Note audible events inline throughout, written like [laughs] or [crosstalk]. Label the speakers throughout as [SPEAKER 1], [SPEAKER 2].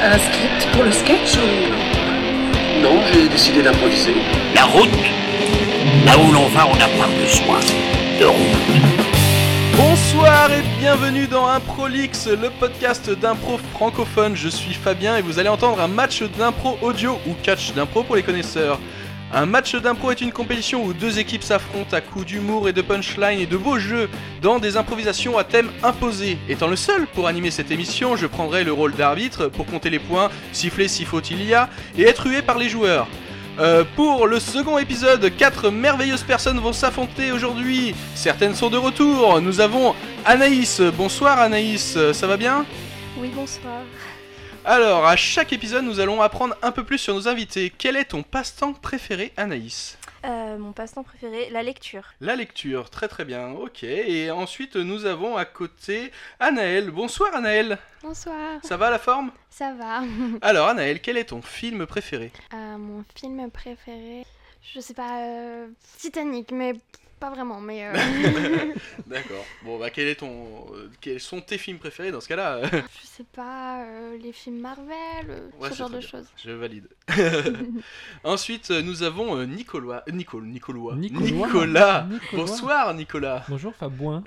[SPEAKER 1] Un script pour le sketch ou...
[SPEAKER 2] Non, j'ai décidé d'improviser.
[SPEAKER 3] La route, là où l'on va, on n'a pas besoin de route.
[SPEAKER 4] Bonsoir et bienvenue dans Improlix, le podcast d'impro francophone. Je suis Fabien et vous allez entendre un match d'impro audio ou catch d'impro pour les connaisseurs. Un match d'impro est une compétition où deux équipes s'affrontent à coups d'humour et de punchline et de beaux jeux dans des improvisations à thème imposé. Étant le seul pour animer cette émission, je prendrai le rôle d'arbitre pour compter les points, siffler si faut il y a et être hué par les joueurs. Euh, pour le second épisode, quatre merveilleuses personnes vont s'affronter aujourd'hui. Certaines sont de retour. Nous avons Anaïs. Bonsoir Anaïs, euh, ça va bien
[SPEAKER 5] Oui, bonsoir.
[SPEAKER 4] Alors, à chaque épisode, nous allons apprendre un peu plus sur nos invités. Quel est ton passe-temps préféré, Anaïs
[SPEAKER 5] Euh, mon passe-temps préféré, la lecture.
[SPEAKER 4] La lecture, très très bien, ok. Et ensuite, nous avons à côté Anaël. Bonsoir Anaël,
[SPEAKER 6] Bonsoir,
[SPEAKER 4] ça va la forme
[SPEAKER 6] ça va
[SPEAKER 4] Alors Anaël, quel est ton film préféré
[SPEAKER 6] Euh, Mon film préféré, je sais pas, euh, Titanic, mais pas vraiment,
[SPEAKER 4] [laughs]
[SPEAKER 6] mais... euh,
[SPEAKER 4] D'accord. Bon, bah, quel est ton... euh, quels sont tes films préférés dans ce cas-là euh
[SPEAKER 6] je sais pas, euh, les films Marvel, euh,
[SPEAKER 4] Ouais,
[SPEAKER 6] ce
[SPEAKER 4] c'est
[SPEAKER 6] genre
[SPEAKER 4] très
[SPEAKER 6] de
[SPEAKER 4] bien.
[SPEAKER 6] choses.
[SPEAKER 4] Je valide. [laughs] Ensuite, euh, nous avons euh, Nicolas. euh, Nicole, Nicolois.
[SPEAKER 7] Nicolois.
[SPEAKER 4] Nicolas.
[SPEAKER 7] Nicolas.
[SPEAKER 4] Bonsoir Nicolas.
[SPEAKER 7] Bonjour Fabouin.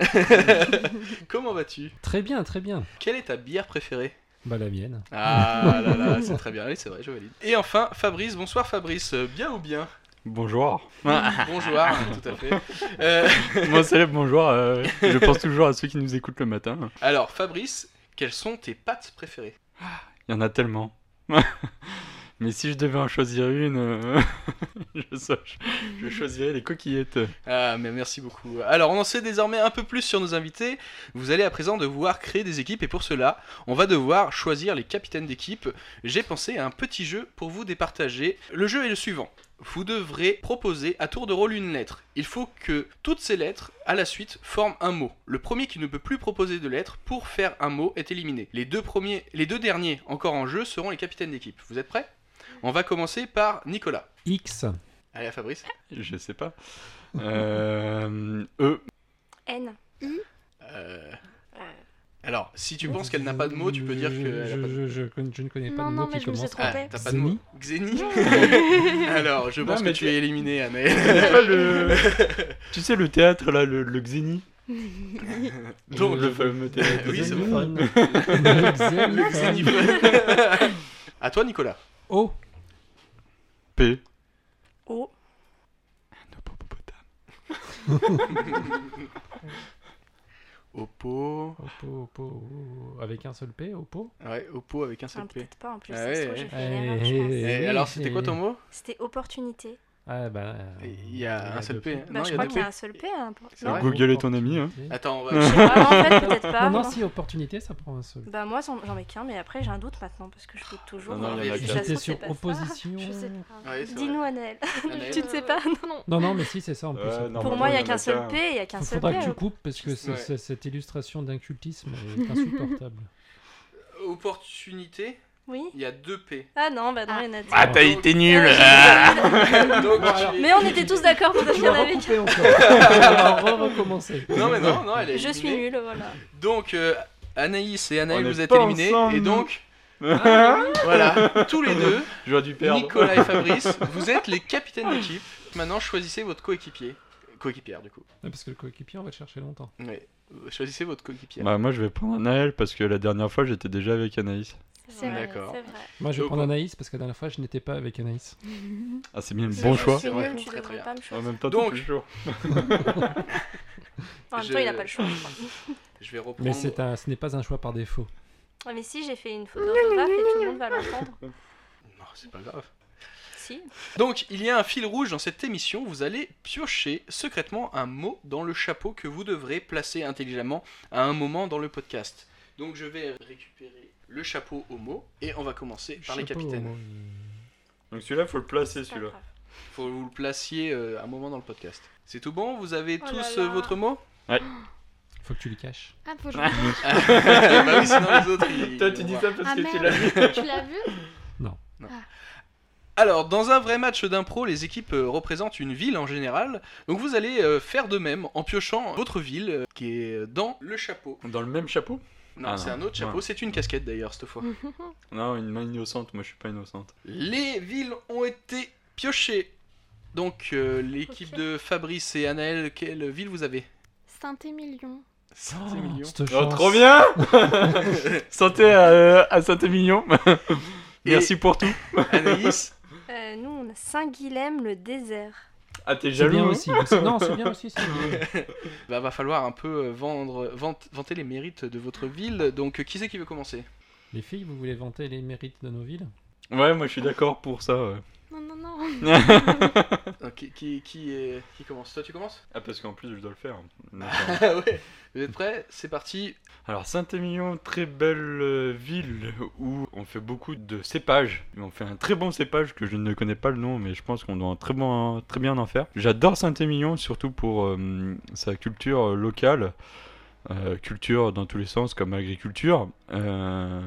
[SPEAKER 4] Comment vas-tu
[SPEAKER 7] très bien, très bien.
[SPEAKER 4] Quelle est ta bière préférée
[SPEAKER 7] Bah la mienne.
[SPEAKER 4] [laughs] Ah là là, c'est très bien. Oui, c'est vrai, je valide. Et enfin, Fabrice. Bonsoir Fabrice. Euh, Bien ou [laughs] bien
[SPEAKER 8] Bonjour.
[SPEAKER 4] Bonjour, hein, tout à fait. Euh,
[SPEAKER 8] [laughs] Moi, célèbre bonjour. euh, je pense toujours à ceux qui nous écoutent le matin.
[SPEAKER 4] alors, Fabrice, quelles sont tes pâtes préférées
[SPEAKER 8] Il y en a tellement. [laughs] Mais si je devais en choisir une, euh, [laughs] je, sais- je choisirais les coquillettes.
[SPEAKER 4] Ah, mais merci beaucoup. Alors, on en sait désormais un peu plus sur nos invités. Vous allez à présent devoir créer des équipes et pour cela, on va devoir choisir les capitaines d'équipe. J'ai pensé à un petit jeu pour vous départager. Le jeu est le suivant. Vous devrez proposer à tour de rôle une lettre. Il faut que toutes ces lettres, à la suite, forment un mot. Le premier qui ne peut plus proposer de lettres pour faire un mot est éliminé. Les deux, premiers, les deux derniers encore en jeu seront les capitaines d'équipe. Vous êtes prêts On va commencer par Nicolas.
[SPEAKER 7] X,
[SPEAKER 4] Allez, à Fabrice.
[SPEAKER 8] Je sais pas. Euh, eux.
[SPEAKER 5] N.
[SPEAKER 4] Euh, Alors, si tu penses qu'elle n'a pas de mots, tu peux dire
[SPEAKER 7] Je-
[SPEAKER 4] qu'elle
[SPEAKER 7] je,
[SPEAKER 4] n'a pas de
[SPEAKER 7] je, je con- je ne connais pas
[SPEAKER 6] Non,
[SPEAKER 7] de
[SPEAKER 6] non,
[SPEAKER 7] mots
[SPEAKER 6] mais
[SPEAKER 7] qui
[SPEAKER 6] je me suis
[SPEAKER 7] commencent.
[SPEAKER 4] Ah,
[SPEAKER 6] trompée.
[SPEAKER 4] t'as pas de mots. Xeni [laughs] Alors, je pense
[SPEAKER 8] Non,
[SPEAKER 4] que
[SPEAKER 8] mais
[SPEAKER 4] tu
[SPEAKER 8] tu-
[SPEAKER 4] es éliminé, Anne.
[SPEAKER 8] [laughs] C'est pas le- tu sais, le théâtre, là, le, le [laughs] Xeni.
[SPEAKER 4] Donc,
[SPEAKER 8] le fameux [laughs] théâtre.
[SPEAKER 4] Ah, Oui, c'est
[SPEAKER 8] Xeni.
[SPEAKER 4] vrai.
[SPEAKER 7] Xénophone.
[SPEAKER 4] [laughs]
[SPEAKER 7] Xénophone.
[SPEAKER 4] le Xeni. [laughs] À toi, Nicolas.
[SPEAKER 7] O,
[SPEAKER 8] P.
[SPEAKER 5] O.
[SPEAKER 8] Un hippopotame.
[SPEAKER 4] Oppo.
[SPEAKER 7] Oppo, Oppo, Oppo, oh, avec un seul P, Oppo.
[SPEAKER 4] Ouais, Oppo avec un
[SPEAKER 5] Enfin,
[SPEAKER 4] seul P.
[SPEAKER 5] peut-être pas en plus.
[SPEAKER 4] Ah
[SPEAKER 5] ça se
[SPEAKER 4] ouais,
[SPEAKER 5] trouve,
[SPEAKER 4] ouais.
[SPEAKER 5] j'ai fait une erreur, je
[SPEAKER 7] Eh,
[SPEAKER 5] pense.
[SPEAKER 4] Et
[SPEAKER 7] oui,
[SPEAKER 4] alors, c'était quoi
[SPEAKER 7] et-
[SPEAKER 4] ton mot
[SPEAKER 5] C'était opportunité.
[SPEAKER 7] Ah bah. euh,
[SPEAKER 4] Il y a un seul
[SPEAKER 7] deux
[SPEAKER 4] P. hein.
[SPEAKER 5] Bah,
[SPEAKER 4] Non, il y
[SPEAKER 5] je
[SPEAKER 4] a
[SPEAKER 5] crois
[SPEAKER 4] deux
[SPEAKER 5] qu'il y a
[SPEAKER 4] P.
[SPEAKER 5] un seul P. Hein, pour-
[SPEAKER 4] C'est
[SPEAKER 5] non,
[SPEAKER 4] vrai
[SPEAKER 8] Google est ton ami, hein.
[SPEAKER 7] opportunité.
[SPEAKER 4] Attends, on va.
[SPEAKER 5] je sais pas, en fait, peut-être pas.
[SPEAKER 7] Non, [laughs] non,
[SPEAKER 5] non.
[SPEAKER 7] si opportunité, ça prend un seul.
[SPEAKER 5] Bah, moi, j'en j'en mets qu'un, mais après, j'ai un doute maintenant parce que je doute toujours.
[SPEAKER 8] Non, non,
[SPEAKER 5] mais
[SPEAKER 8] il y en a
[SPEAKER 5] si
[SPEAKER 8] qu'un.
[SPEAKER 5] ça se
[SPEAKER 7] J'étais
[SPEAKER 5] trouve,
[SPEAKER 7] sur
[SPEAKER 5] c'est pas ça.
[SPEAKER 7] opposition.
[SPEAKER 5] Je sais pas.
[SPEAKER 4] Ouais, c'est vrai.
[SPEAKER 5] Dis-nous, Annelle.
[SPEAKER 4] Annelle.
[SPEAKER 5] Tu ne sais pas
[SPEAKER 6] Non,
[SPEAKER 7] Non, non, mais si, c'est ça en plus.
[SPEAKER 8] Ouais, Euh, non,
[SPEAKER 5] Pour
[SPEAKER 8] mais
[SPEAKER 5] moi, il n'y
[SPEAKER 8] y
[SPEAKER 5] a
[SPEAKER 8] en
[SPEAKER 5] qu'un seul
[SPEAKER 8] qu'un.
[SPEAKER 5] P. Il n'y a qu'un seul euh, P.
[SPEAKER 7] Faudra que tu coupes parce que c'est-
[SPEAKER 4] Ouais.
[SPEAKER 7] c'est- cette illustration d'incultisme est insupportable.
[SPEAKER 4] Opportunité,
[SPEAKER 5] Oui.
[SPEAKER 4] il y a deux
[SPEAKER 5] [laughs]
[SPEAKER 4] P.
[SPEAKER 5] Ah non, bah non, il y en a deux.
[SPEAKER 3] Ah, t'as été nul
[SPEAKER 4] Donc, tu-
[SPEAKER 5] [laughs] Mais on était tous d'accord pour
[SPEAKER 7] Je
[SPEAKER 5] devenir
[SPEAKER 7] vais
[SPEAKER 5] avec.
[SPEAKER 7] recouper encore. On [laughs] va recommencer.
[SPEAKER 4] Non, mais non, non, elle est
[SPEAKER 5] Je suis
[SPEAKER 4] éliminée.
[SPEAKER 5] nulle, voilà.
[SPEAKER 4] Donc, euh, Anaïs et Anaël,
[SPEAKER 8] On
[SPEAKER 4] vous
[SPEAKER 8] est
[SPEAKER 4] êtes
[SPEAKER 8] pas
[SPEAKER 4] éliminés.
[SPEAKER 8] ensemble.
[SPEAKER 4] Et donc,
[SPEAKER 8] [laughs]
[SPEAKER 4] voilà, tous les deux,
[SPEAKER 8] J'aurais dû [laughs] perdre.
[SPEAKER 4] Nicolas et Fabrice, vous êtes les capitaines d'équipe. Maintenant, choisissez votre coéquipier. Coéquipière, du coup.
[SPEAKER 7] Ouais, Parce que le coéquipier, on va le chercher longtemps.
[SPEAKER 4] Ouais. Euh, Choisissez votre coéquipière.
[SPEAKER 8] Bah moi je vais prendre Anaël parce que la dernière fois j'étais déjà avec Anaïs.
[SPEAKER 6] c'est
[SPEAKER 5] vrai,
[SPEAKER 6] vrai.
[SPEAKER 4] D'accord.
[SPEAKER 5] C'est vrai.
[SPEAKER 7] Moi, je vais
[SPEAKER 4] Donc,
[SPEAKER 7] prendre
[SPEAKER 4] on-
[SPEAKER 7] Anaïs parce que la dernière fois, je n'étais pas avec Anaïs.
[SPEAKER 8] Ah c'est bien le bon
[SPEAKER 5] Je
[SPEAKER 8] choix.
[SPEAKER 5] suis
[SPEAKER 4] Ouais,
[SPEAKER 5] nulle, tu
[SPEAKER 4] très, très
[SPEAKER 5] devrais
[SPEAKER 4] bien.
[SPEAKER 5] pas me choisir.
[SPEAKER 8] En même temps
[SPEAKER 4] Donc-
[SPEAKER 8] t'es plus chaud.
[SPEAKER 5] En même
[SPEAKER 4] Je-
[SPEAKER 5] temps, il n'a pas le choix. je crois.
[SPEAKER 4] Je vais reprendre.
[SPEAKER 7] Mais c'est un, ce n'est pas un choix par défaut.
[SPEAKER 5] Ah, mais si, j'ai fait une faute d'orthographe et tout le monde va l'entendre.
[SPEAKER 4] Non, c'est pas grave.
[SPEAKER 5] Si.
[SPEAKER 4] Donc, il y a un fil rouge dans cette émission. Vous allez piocher secrètement un mot dans le chapeau que vous devrez placer intelligemment à un moment dans le podcast. Donc, je vais récupérer le chapeau au mot et on va commencer par les
[SPEAKER 7] Chapeau,
[SPEAKER 4] capitaines.
[SPEAKER 7] moi.
[SPEAKER 8] Donc celui-là faut le placer
[SPEAKER 5] c'est pas
[SPEAKER 8] celui-là.
[SPEAKER 5] grave.
[SPEAKER 4] Faut que vous le placiez euh, un moment dans le podcast. C'est tout bon Vous avez
[SPEAKER 6] Oh
[SPEAKER 4] tous
[SPEAKER 6] là
[SPEAKER 4] euh,
[SPEAKER 6] là.
[SPEAKER 4] votre
[SPEAKER 6] [laughs]
[SPEAKER 4] mot
[SPEAKER 7] Faut que tu le caches.
[SPEAKER 6] Ah, faut que je le cache.
[SPEAKER 4] Bah oui, sinon les autres. ils-
[SPEAKER 8] [laughs] Toi
[SPEAKER 4] ils
[SPEAKER 8] tu
[SPEAKER 4] vont
[SPEAKER 8] dis
[SPEAKER 4] voir.
[SPEAKER 8] ça parce
[SPEAKER 6] Ah
[SPEAKER 8] que tu l'as vu.
[SPEAKER 6] merde, tu l'as vu
[SPEAKER 4] Alors, dans un vrai match d'impro, les équipes euh, représentent une ville en général. Donc vous allez euh, faire de même en piochant votre ville euh, qui est dans le chapeau.
[SPEAKER 8] Dans le même chapeau
[SPEAKER 4] Non,
[SPEAKER 8] Ah,
[SPEAKER 4] c'est un autre chapeau,
[SPEAKER 8] ouais.
[SPEAKER 4] c'est une casquette d'ailleurs cette fois.
[SPEAKER 8] Non, une main innocente, moi je suis pas innocente.
[SPEAKER 4] Les villes ont été piochées. Donc euh, l'équipe
[SPEAKER 5] Ok.
[SPEAKER 4] de Fabrice et Anaël, quelle ville vous
[SPEAKER 8] [laughs]
[SPEAKER 4] avez
[SPEAKER 6] Saint-Émilion.
[SPEAKER 7] Oh,
[SPEAKER 4] 100 millions.
[SPEAKER 7] cette
[SPEAKER 8] Oh,
[SPEAKER 7] chance.
[SPEAKER 8] trop bien Santé à, à Saint-Émilion. Merci pour tout.
[SPEAKER 4] Anaïs
[SPEAKER 5] Euh, nous, on a Saint-Guilhem, le désert.
[SPEAKER 8] Ah, t'es
[SPEAKER 7] C'est
[SPEAKER 8] jaloux
[SPEAKER 7] bien
[SPEAKER 8] hein
[SPEAKER 7] aussi. mais c'est- Non, c'est bien aussi. c'est bien.
[SPEAKER 4] bah, Va falloir un peu euh, vendre, vante- vanter les mérites de votre ville. Donc euh, qui c'est qui veut commencer
[SPEAKER 7] Les filles, vous voulez vanter les mérites de nos villes
[SPEAKER 8] Ouais, moi je suis d'accord pour ça. ouais.
[SPEAKER 6] Non, non, non.
[SPEAKER 8] [laughs]
[SPEAKER 4] Euh, qui, qui, qui est- qui commence Toi tu commences
[SPEAKER 8] Ah, parce qu'en plus je dois le [laughs] faire.
[SPEAKER 4] Ah ouais Vous êtes prêts C'est parti.
[SPEAKER 8] Alors Saint-Émilion, très belle euh, ville où on fait beaucoup de cépages. On fait un très bon cépage que je ne connais pas le nom, mais je pense qu'on doit un très, bon, très bien en faire. J'adore Saint-Émilion, surtout pour euh, sa culture euh, locale, Euh, culture dans tous les sens comme agriculture. Euh,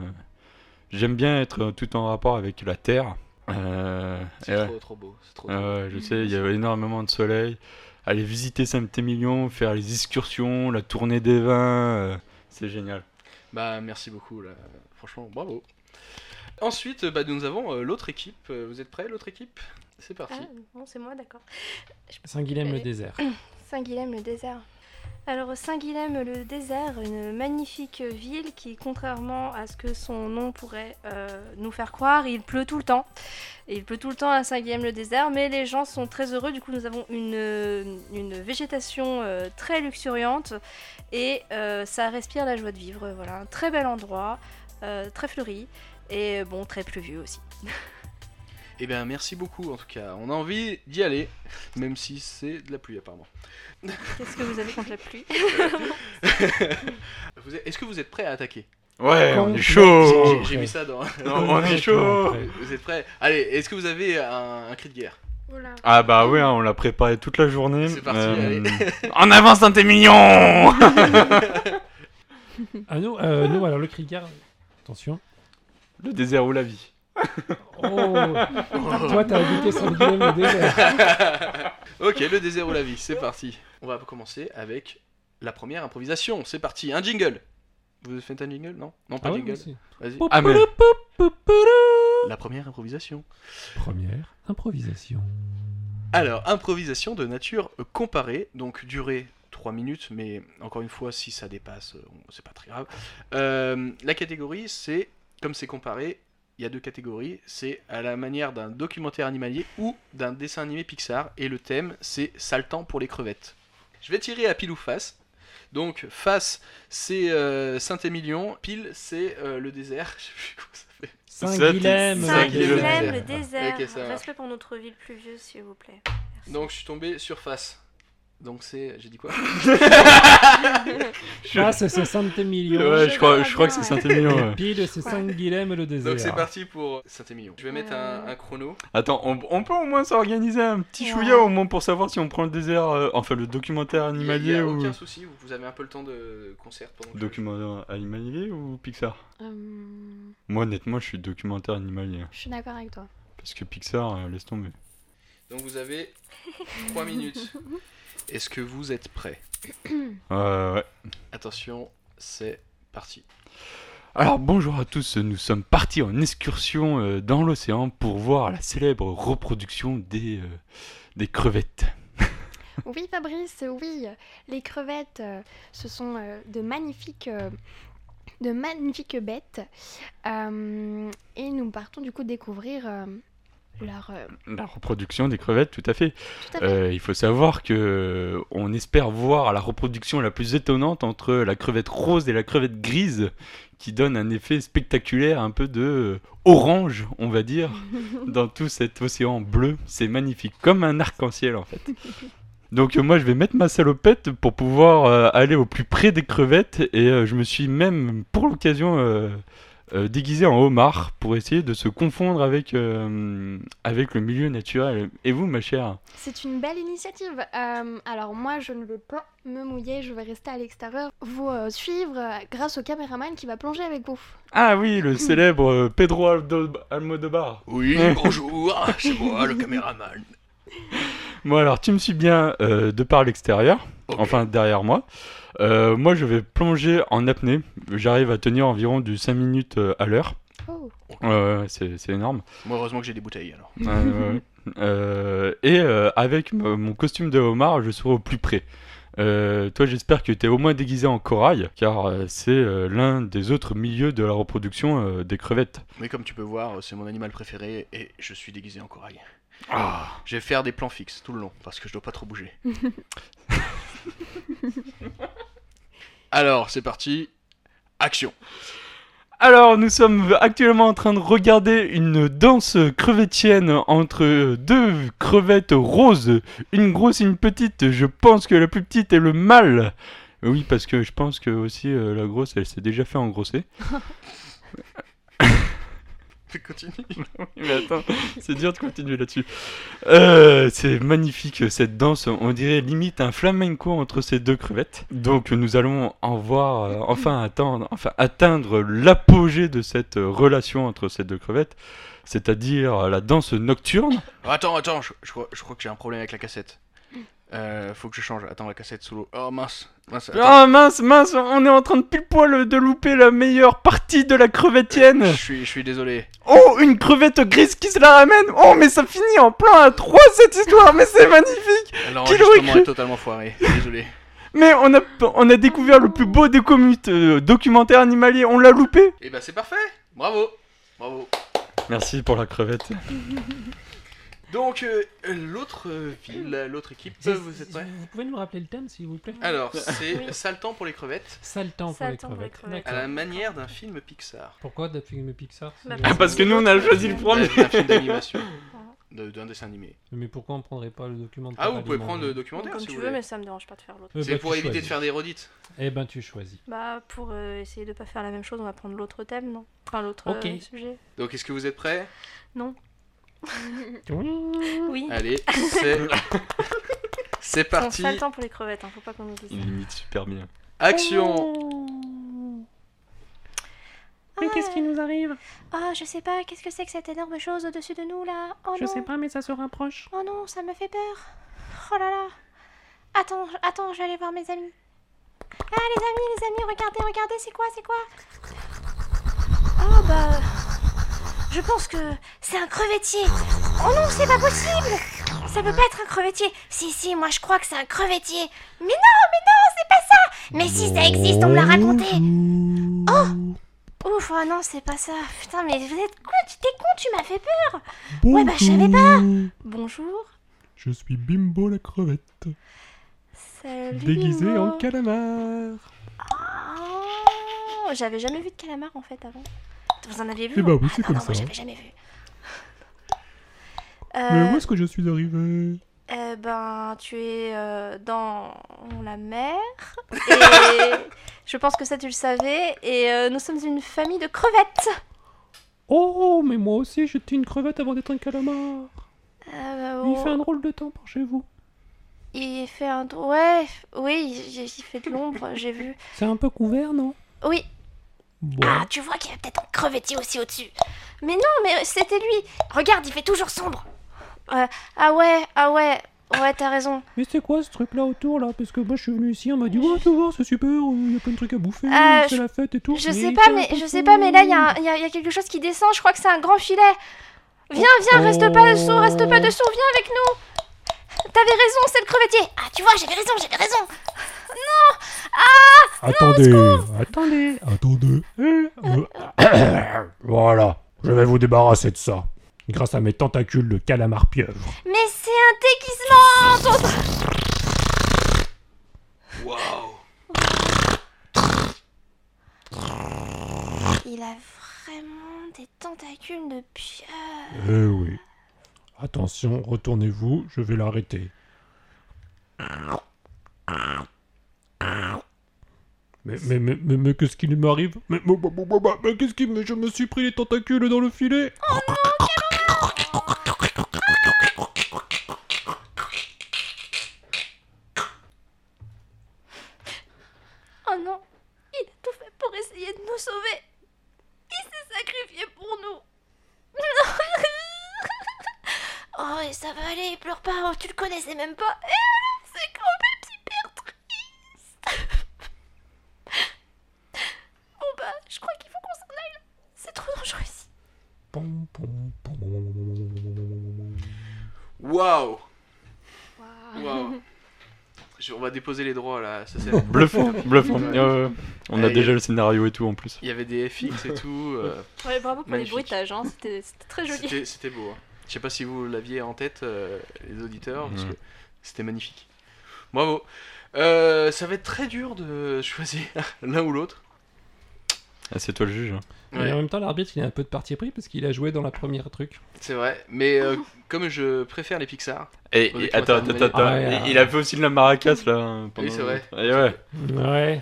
[SPEAKER 8] J'aime bien être tout en rapport avec la terre. Euh,
[SPEAKER 4] C'est
[SPEAKER 8] et ouais.
[SPEAKER 4] trop trop beau. C'est trop, trop beau.
[SPEAKER 8] Ah ouais, je sais, il y a énormément de soleil. Aller visiter Saint-Émilion, faire les excursions, la tournée des vins, euh, c'est génial.
[SPEAKER 4] Bah merci beaucoup là. Franchement, bravo. Ensuite, bah, nous avons euh, l'autre équipe. Euh, Vous êtes prêts, l'autre équipe C'est parti.
[SPEAKER 5] Ah, bon, c'est moi, d'accord.
[SPEAKER 7] Saint-Guilhem, le
[SPEAKER 5] Euh,
[SPEAKER 7] désert.
[SPEAKER 5] Saint-Guilhem, le désert. Alors, Saint-Guilhem, le désert, une magnifique ville qui, contrairement à ce que son nom pourrait euh, nous faire croire, il pleut tout le temps. Et il pleut tout le temps à Saint-Guilhem, le désert, mais les gens sont très heureux. Du coup, nous avons une, une végétation euh, très luxuriante et euh, ça respire la joie de vivre. Voilà, un très bel endroit, euh, très fleuri et bon, très pluvieux aussi.
[SPEAKER 4] Eh bien, merci beaucoup en tout cas. On a envie d'y aller, même si c'est de la pluie apparemment.
[SPEAKER 5] Qu'est-ce que vous avez contre la pluie
[SPEAKER 4] Vous êtes- Est-ce que vous êtes prêts à attaquer
[SPEAKER 8] Ouais, on
[SPEAKER 7] Complètement.
[SPEAKER 8] est chaud
[SPEAKER 4] J'ai- J'ai mis ça [laughs] dans.
[SPEAKER 8] Non, On est chaud
[SPEAKER 4] vous êtes prêts Allez, est-ce que vous avez un, un cri de guerre
[SPEAKER 6] Oula.
[SPEAKER 8] Ah bah ouais, hein, on l'a préparé toute la journée. Euh,
[SPEAKER 4] C'est parti,
[SPEAKER 8] [laughs] en avant Saint-Émilion
[SPEAKER 7] Ah, nous, euh, nous, alors le cri de guerre. Attention.
[SPEAKER 8] Le désert ou la vie
[SPEAKER 7] Oh [laughs] Toi, t'as habité Saint-Guilhem, le désert.
[SPEAKER 4] Ok, le désert ou la vie, c'est parti. On va commencer avec la première improvisation. C'est parti, un jingle. Vous faites un jingle Non Non, pas
[SPEAKER 7] Ah ouais,
[SPEAKER 4] jingle.
[SPEAKER 7] aussi.
[SPEAKER 4] Vas-y.
[SPEAKER 8] Ah mais
[SPEAKER 4] La première improvisation.
[SPEAKER 7] Première improvisation.
[SPEAKER 4] Alors, improvisation de nature comparée, donc durée 3 minutes, mais encore une fois, si ça dépasse, euh, on- c'est pas très grave. Euh, la catégorie, c'est, comme c'est comparé, il y a deux catégories, c'est à la manière d'un documentaire animalier ou d'un dessin animé Pixar, et le thème, c'est Saltant pour les crevettes. Je vais tirer à pile ou face. Donc, face, c'est euh, Saint-Émilion, pile, c'est euh, le désert. [laughs] Je sais plus comment ça fait.
[SPEAKER 7] Saint-Guilhem,
[SPEAKER 8] Saint-
[SPEAKER 4] Saint-Guilhem,
[SPEAKER 5] Saint-Guilhem, le
[SPEAKER 4] le
[SPEAKER 5] désert.
[SPEAKER 4] Ok, ça marche.
[SPEAKER 5] Respect pour notre ville pluvieuse, s'il vous plaît.
[SPEAKER 4] Donc, je suis tombé sur face. Donc, c'est. J'ai dit quoi
[SPEAKER 7] Ah, c'est c'est
[SPEAKER 6] Ah,
[SPEAKER 7] Saint-Émilion.
[SPEAKER 8] Ouais, je crois,
[SPEAKER 5] vois
[SPEAKER 8] je crois que
[SPEAKER 5] bien,
[SPEAKER 8] c'est Saint-Émilion.
[SPEAKER 6] [laughs]
[SPEAKER 8] ouais.
[SPEAKER 7] Pile, c'est Saint-Guilhem, le désert.
[SPEAKER 4] Donc c'est parti pour Saint-Émilion. Je vais mettre un,
[SPEAKER 5] Euh.
[SPEAKER 4] un chrono.
[SPEAKER 8] Attends, on, on peut au moins s'organiser un petit
[SPEAKER 5] Ouais.
[SPEAKER 8] chouïa au moins pour savoir si on prend le désert, euh, enfin le documentaire
[SPEAKER 4] Il y a- il y
[SPEAKER 8] animalier
[SPEAKER 4] a
[SPEAKER 8] ou...
[SPEAKER 4] aucun souci, vous- vous avez un peu le temps de concert pendant que je-
[SPEAKER 8] Documentaire animalier ou Pixar
[SPEAKER 6] Euh,
[SPEAKER 8] Moi, honnêtement, je suis documentaire animalier.
[SPEAKER 6] je suis d'accord avec toi.
[SPEAKER 8] Parce que Pixar, euh, laisse tomber.
[SPEAKER 4] Donc vous avez 3 [laughs] minutes. Est-ce que vous êtes prêts
[SPEAKER 8] Ouais, ouais.
[SPEAKER 4] Attention, c'est parti.
[SPEAKER 8] Alors, bonjour à tous. Nous sommes partis en excursion euh, dans l'océan pour voir la célèbre reproduction des, euh, des crevettes.
[SPEAKER 6] Oui, Fabrice, oui. Les crevettes, euh, ce sont euh, de magnifiques. euh, de magnifiques bêtes Euh, et nous partons du coup découvrir euh, leur euh,
[SPEAKER 8] La reproduction des crevettes, tout à fait.
[SPEAKER 6] tout à fait
[SPEAKER 8] Euh, il faut savoir que euh, on espère voir la reproduction la plus étonnante entre la crevette rose et la crevette grise, qui donne un effet spectaculaire, un peu de euh, orange, on va dire, dans tout cet océan bleu. C'est magnifique, comme un arc-en-ciel en fait. Donc euh, moi je vais mettre ma salopette pour pouvoir euh, aller au plus près des crevettes et euh, je me suis même pour l'occasion euh, euh, déguisé en homard pour essayer de se confondre avec, euh, avec le milieu naturel. Et vous ma chère
[SPEAKER 6] C'est une belle initiative. Euh, alors moi, je ne vais pas me mouiller, je vais rester à l'extérieur, vous euh, suivre euh, grâce au caméraman qui va plonger avec vous.
[SPEAKER 8] Ah oui, le célèbre euh, Pedro Aldo- Almodovar.
[SPEAKER 4] Oui,
[SPEAKER 8] [laughs]
[SPEAKER 4] bonjour, c'est moi le caméraman.
[SPEAKER 8] Bon alors, tu me suis bien euh, de par l'extérieur,
[SPEAKER 4] Ok.
[SPEAKER 8] enfin derrière moi. Euh, moi, je vais plonger en apnée. J'arrive à tenir environ du 5 minutes euh, à l'heure.
[SPEAKER 6] Oh.
[SPEAKER 8] Euh, c'est c'est énorme.
[SPEAKER 4] Moi, heureusement que j'ai des bouteilles alors.
[SPEAKER 8] Ouais, ouais, ouais. Euh, et euh, avec m- mon costume de homard, je serai au plus près. Euh, toi, j'espère que tu es au moins déguisé en corail, car euh, c'est euh, l'un des autres milieux de la reproduction euh, des crevettes.
[SPEAKER 4] Mais comme tu peux voir, c'est mon animal préféré et je suis déguisé en corail.
[SPEAKER 8] Ah.
[SPEAKER 4] Je vais faire des plans fixes tout le long parce que je dois pas trop
[SPEAKER 8] [laughs]
[SPEAKER 4] bouger. alors, c'est parti. Action.
[SPEAKER 8] Alors, nous sommes actuellement en train de regarder une danse crevettienne entre deux crevettes roses, une grosse et une petite. Je pense que la plus petite est le mâle. Oui, parce que je pense que aussi euh, la grosse, elle s'est déjà fait engrosser. [laughs]
[SPEAKER 4] Continue.
[SPEAKER 8] Mais attends, c'est dur de continuer là-dessus. Euh, c'est magnifique cette danse, on dirait limite un flamenco entre ces deux crevettes. Donc nous allons en voir, euh, enfin, attendre, enfin atteindre l'apogée de cette euh, relation entre ces deux crevettes, c'est-à-dire euh, la danse nocturne.
[SPEAKER 4] Attends, attends, je, je crois, je crois que j'ai un problème avec la cassette. Euh, faut que je change. Attends, la cassette sous l'eau. Oh mince, mince. attends.
[SPEAKER 8] Ah mince, mince, on est en train de pile poil de louper la meilleure partie de la crevettienne.
[SPEAKER 4] Je suis, je suis désolé.
[SPEAKER 8] Oh, une crevette grise qui se la ramène. Oh, mais ça finit en plein à 3 cette histoire, mais c'est magnifique. l'aurait
[SPEAKER 4] L'enregistrement
[SPEAKER 8] cru
[SPEAKER 4] est totalement foiré. Désolé.
[SPEAKER 8] Mais on a, on a découvert le plus beau des commu- euh, documentaires animaliers, on l'a loupé
[SPEAKER 4] Et bah c'est parfait. Bravo. Bravo.
[SPEAKER 8] Merci pour la crevette.
[SPEAKER 4] Donc euh, l'autre euh, ville, l'autre équipe,
[SPEAKER 7] Vous,
[SPEAKER 4] vous êtes prêts
[SPEAKER 7] vous pouvez nous rappeler le thème, s'il vous plaît
[SPEAKER 4] Alors, c'est
[SPEAKER 5] Oui.
[SPEAKER 4] Saltan pour les crevettes,
[SPEAKER 7] Sale temps pour
[SPEAKER 5] Sale
[SPEAKER 7] les
[SPEAKER 5] temps pour les
[SPEAKER 7] crevettes.
[SPEAKER 5] crevettes.
[SPEAKER 7] D'accord.
[SPEAKER 4] à la manière d'un film Pixar.
[SPEAKER 7] Pourquoi depuis film Pixar c'est-
[SPEAKER 5] Bah,
[SPEAKER 8] Ah, parce que nous on a choisi le
[SPEAKER 4] Ouais,
[SPEAKER 8] premier
[SPEAKER 4] D'un film
[SPEAKER 5] [laughs]
[SPEAKER 4] d'animation. De- D'un dessin animé.
[SPEAKER 7] Mais pourquoi on prendrait pas le documentaire
[SPEAKER 4] Ah, vous pouvez
[SPEAKER 7] animalier
[SPEAKER 4] prendre le
[SPEAKER 5] Comme
[SPEAKER 4] documentaire si
[SPEAKER 5] tu
[SPEAKER 4] vous
[SPEAKER 5] veux,
[SPEAKER 4] voulez.
[SPEAKER 5] mais ça me dérange pas de faire l'autre.
[SPEAKER 7] Eh
[SPEAKER 4] C'est
[SPEAKER 7] ben,
[SPEAKER 4] pour
[SPEAKER 7] tu
[SPEAKER 4] éviter de
[SPEAKER 7] choisis.
[SPEAKER 4] faire des redites.
[SPEAKER 7] Eh ben tu choisis.
[SPEAKER 5] Bah, pour euh, essayer de pas faire la même chose, on va prendre l'autre thème, non Enfin, l'autre
[SPEAKER 7] Ok.
[SPEAKER 5] euh, sujet.
[SPEAKER 4] Donc, est-ce que vous êtes prêts
[SPEAKER 5] Oui.
[SPEAKER 4] Allez,
[SPEAKER 5] [laughs]
[SPEAKER 4] c'est. C'est
[SPEAKER 5] On
[SPEAKER 4] parti.
[SPEAKER 5] sale temps pour les crevettes, hein, faut pas qu'on nous dise ça.
[SPEAKER 8] imite super bien.
[SPEAKER 4] Action.
[SPEAKER 9] Mais qu'est-ce qui nous arrive
[SPEAKER 5] Oh, je sais pas, qu'est-ce que c'est que cette énorme chose au-dessus de nous là Oh
[SPEAKER 9] Je
[SPEAKER 5] non
[SPEAKER 9] sais pas, mais ça se rapproche.
[SPEAKER 5] Oh non, ça me fait peur Oh là là Attends, attends, je vais aller voir mes amis. Ah les amis, les amis, regardez, regardez, c'est quoi, c'est quoi Oh bah... Je pense que c'est un crevettier Oh non, c'est pas possible Ça peut pas être un crevettier Si, si, moi je crois que c'est un crevettier Mais non, mais non, c'est pas ça Mais si, ça existe, on me l'a raconté Oh Ouf, oh non, c'est pas ça Putain, mais vous êtes con, tu t'es con, tu m'as fait peur Ouais bah je savais pas Bonjour
[SPEAKER 10] Je suis Bimbo la crevette,
[SPEAKER 5] Salut
[SPEAKER 10] déguisé
[SPEAKER 5] Mimo.
[SPEAKER 10] en calamar.
[SPEAKER 5] Oh, J'avais jamais vu de calamar en fait avant. Vous en aviez vu
[SPEAKER 10] Eh
[SPEAKER 5] vous
[SPEAKER 10] bah oui, c'est
[SPEAKER 5] Ah
[SPEAKER 10] comme
[SPEAKER 5] non,
[SPEAKER 10] ça.
[SPEAKER 5] moi j'avais jamais vu.
[SPEAKER 10] [laughs] Mais où
[SPEAKER 5] Euh,
[SPEAKER 10] est-ce que je suis arrivé
[SPEAKER 5] eh ben, tu es euh, dans la mer.
[SPEAKER 10] [laughs]
[SPEAKER 5] Et je pense que ça, tu le savais. Et euh, nous sommes une famille de crevettes.
[SPEAKER 9] Oh, mais moi aussi, j'étais une crevette avant d'être un calamar.
[SPEAKER 5] Euh,
[SPEAKER 9] Il fait un drôle de temps par chez vous.
[SPEAKER 5] il fait un... Ouais, oui, il il fait de l'ombre, j'ai vu.
[SPEAKER 9] C'est un peu couvert, non
[SPEAKER 5] Oui,
[SPEAKER 9] Bon.
[SPEAKER 5] Ah, tu vois qu'il y avait peut-être un crevettier aussi au-dessus. Mais non, mais euh, c'était lui. Regarde, il fait toujours sombre. Euh, ah ouais, ah ouais, ouais, t'as raison.
[SPEAKER 9] Mais c'est quoi ce truc là autour là Parce que moi je suis venu ici, on m'a dit ouais, tu vois, c'est super, il y a plein de trucs à bouffer,
[SPEAKER 5] Euh,
[SPEAKER 9] c'est
[SPEAKER 5] je-
[SPEAKER 9] la fête et tout.
[SPEAKER 5] Je sais pas, mais je sais pas, mais là, il y, a un- il y a- il y a quelque chose qui descend. Je crois que c'est un grand filet. Viens, viens, reste pas dessous, reste pas dessous, viens avec nous. T'avais raison, c'est le crevettier. Ah, tu vois, j'avais raison, j'avais raison.
[SPEAKER 10] Attendez, attendez, attendez. Eh, euh, [coughs] voilà, je vais vous débarrasser de ça. Grâce à mes tentacules de calamar pieuvre.
[SPEAKER 5] Mais c'est un déguisement. ton-
[SPEAKER 4] Waouh.
[SPEAKER 5] Il a vraiment des tentacules de pieuvre.
[SPEAKER 10] Eh oui. Attention, retournez-vous, je vais l'arrêter. Mais, mais, mais, mais, mais qu'est-ce qu'il m'arrive mais, mais, mais, mais, mais, mais qu'est-ce qui... mais je me suis pris les tentacules dans le filet
[SPEAKER 5] Oh non, il a tout fait pour essayer de nous sauver. Il s'est sacrifié pour nous. [laughs] oh, et ça va aller, pleure pas, oh, tu le connaissais même pas. Et alors, c'est quand même super triste. bah,
[SPEAKER 10] Pom, pom, pom, pom.
[SPEAKER 4] Waouh
[SPEAKER 6] Waouh.
[SPEAKER 4] Waouh Je- On va déposer les droits là, ça c'est...
[SPEAKER 8] Bluffant, bluffant.
[SPEAKER 4] Ouais.
[SPEAKER 8] Euh, on a
[SPEAKER 4] Ouais,
[SPEAKER 8] déjà
[SPEAKER 4] il-
[SPEAKER 8] le scénario et tout en plus.
[SPEAKER 4] Il y avait des FX et tout, euh,
[SPEAKER 5] Ouais, bravo pour
[SPEAKER 4] Magnifique.
[SPEAKER 5] les bruitages, hein, c'était c'était très joli.
[SPEAKER 4] c'était c'était beau. hein. Je sais pas si vous l'aviez en tête, euh, les auditeurs, parce
[SPEAKER 8] Mm.
[SPEAKER 4] que c'était magnifique. Bravo Euh, Ça va être très dur de choisir [laughs] l'un ou l'autre.
[SPEAKER 8] Ah, c'est toi le juge. hein.
[SPEAKER 7] Mais en même temps, l'arbitre, il a un peu de parti pris parce qu'il a joué dans la première truc.
[SPEAKER 4] C'est vrai, mais
[SPEAKER 5] [laughs]
[SPEAKER 4] euh, comme je préfère les Pixar,
[SPEAKER 8] Et,
[SPEAKER 4] Honnêtement,
[SPEAKER 8] et- attends,
[SPEAKER 4] t'as
[SPEAKER 8] attends,
[SPEAKER 4] une
[SPEAKER 8] attends.
[SPEAKER 7] manière- Ah ouais,
[SPEAKER 8] il, il a fait aussi de la maracas là. hein, pendant-
[SPEAKER 4] c'est vrai.
[SPEAKER 8] Et ouais.
[SPEAKER 7] Ouais.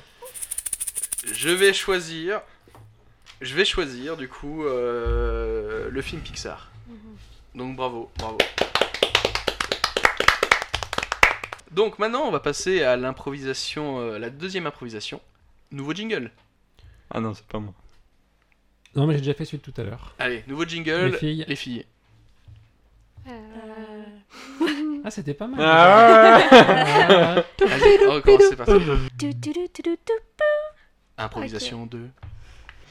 [SPEAKER 4] je vais choisir. Je vais choisir du coup euh, le film Pixar. Donc bravo, bravo. Donc maintenant on va passer à l'improvisation, euh, la deuxième improvisation. Nouveau jingle.
[SPEAKER 8] Ah non, c'est pas moi.
[SPEAKER 7] Non, mais j'ai déjà fait celui de tout à l'heure.
[SPEAKER 4] Allez, nouveau jingle.
[SPEAKER 7] Les filles.
[SPEAKER 4] Les filles.
[SPEAKER 6] Euh,
[SPEAKER 4] Mm.
[SPEAKER 7] Ah, c'était pas mal.
[SPEAKER 8] Ah
[SPEAKER 4] Vas-y, on recommence, c'est parti.
[SPEAKER 5] Tu, tu, tu, tu, tu, tu.
[SPEAKER 4] Improvisation 2.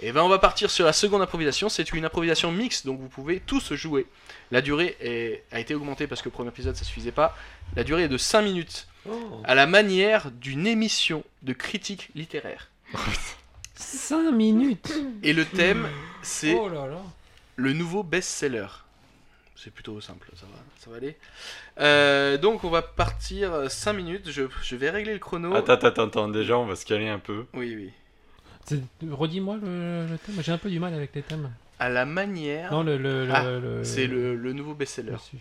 [SPEAKER 4] Et ben on va partir sur la seconde improvisation, c'est une improvisation mixte, donc vous pouvez tous jouer. La durée est- a été augmentée parce que le premier épisode ça suffisait pas. La durée est de 5 minutes,
[SPEAKER 9] Oh.
[SPEAKER 4] à la manière d'une émission de critique littéraire.
[SPEAKER 7] 5 minutes.
[SPEAKER 4] Et le thème c'est
[SPEAKER 7] Oh là là.
[SPEAKER 4] le nouveau best-seller. C'est plutôt simple, ça va, ça va aller. Euh, donc on va partir 5 minutes, je, je vais régler le chrono.
[SPEAKER 8] Attends, attends, attends. Déjà, on va se caler un peu.
[SPEAKER 4] Oui, oui.
[SPEAKER 7] C'est- Redis-moi le, le thème. J'ai un peu du mal avec les thèmes.
[SPEAKER 4] À la manière,
[SPEAKER 7] Non, le. le, le-
[SPEAKER 4] Ah,
[SPEAKER 7] le-
[SPEAKER 4] c'est le, le nouveau
[SPEAKER 7] le
[SPEAKER 4] best-seller.
[SPEAKER 7] su-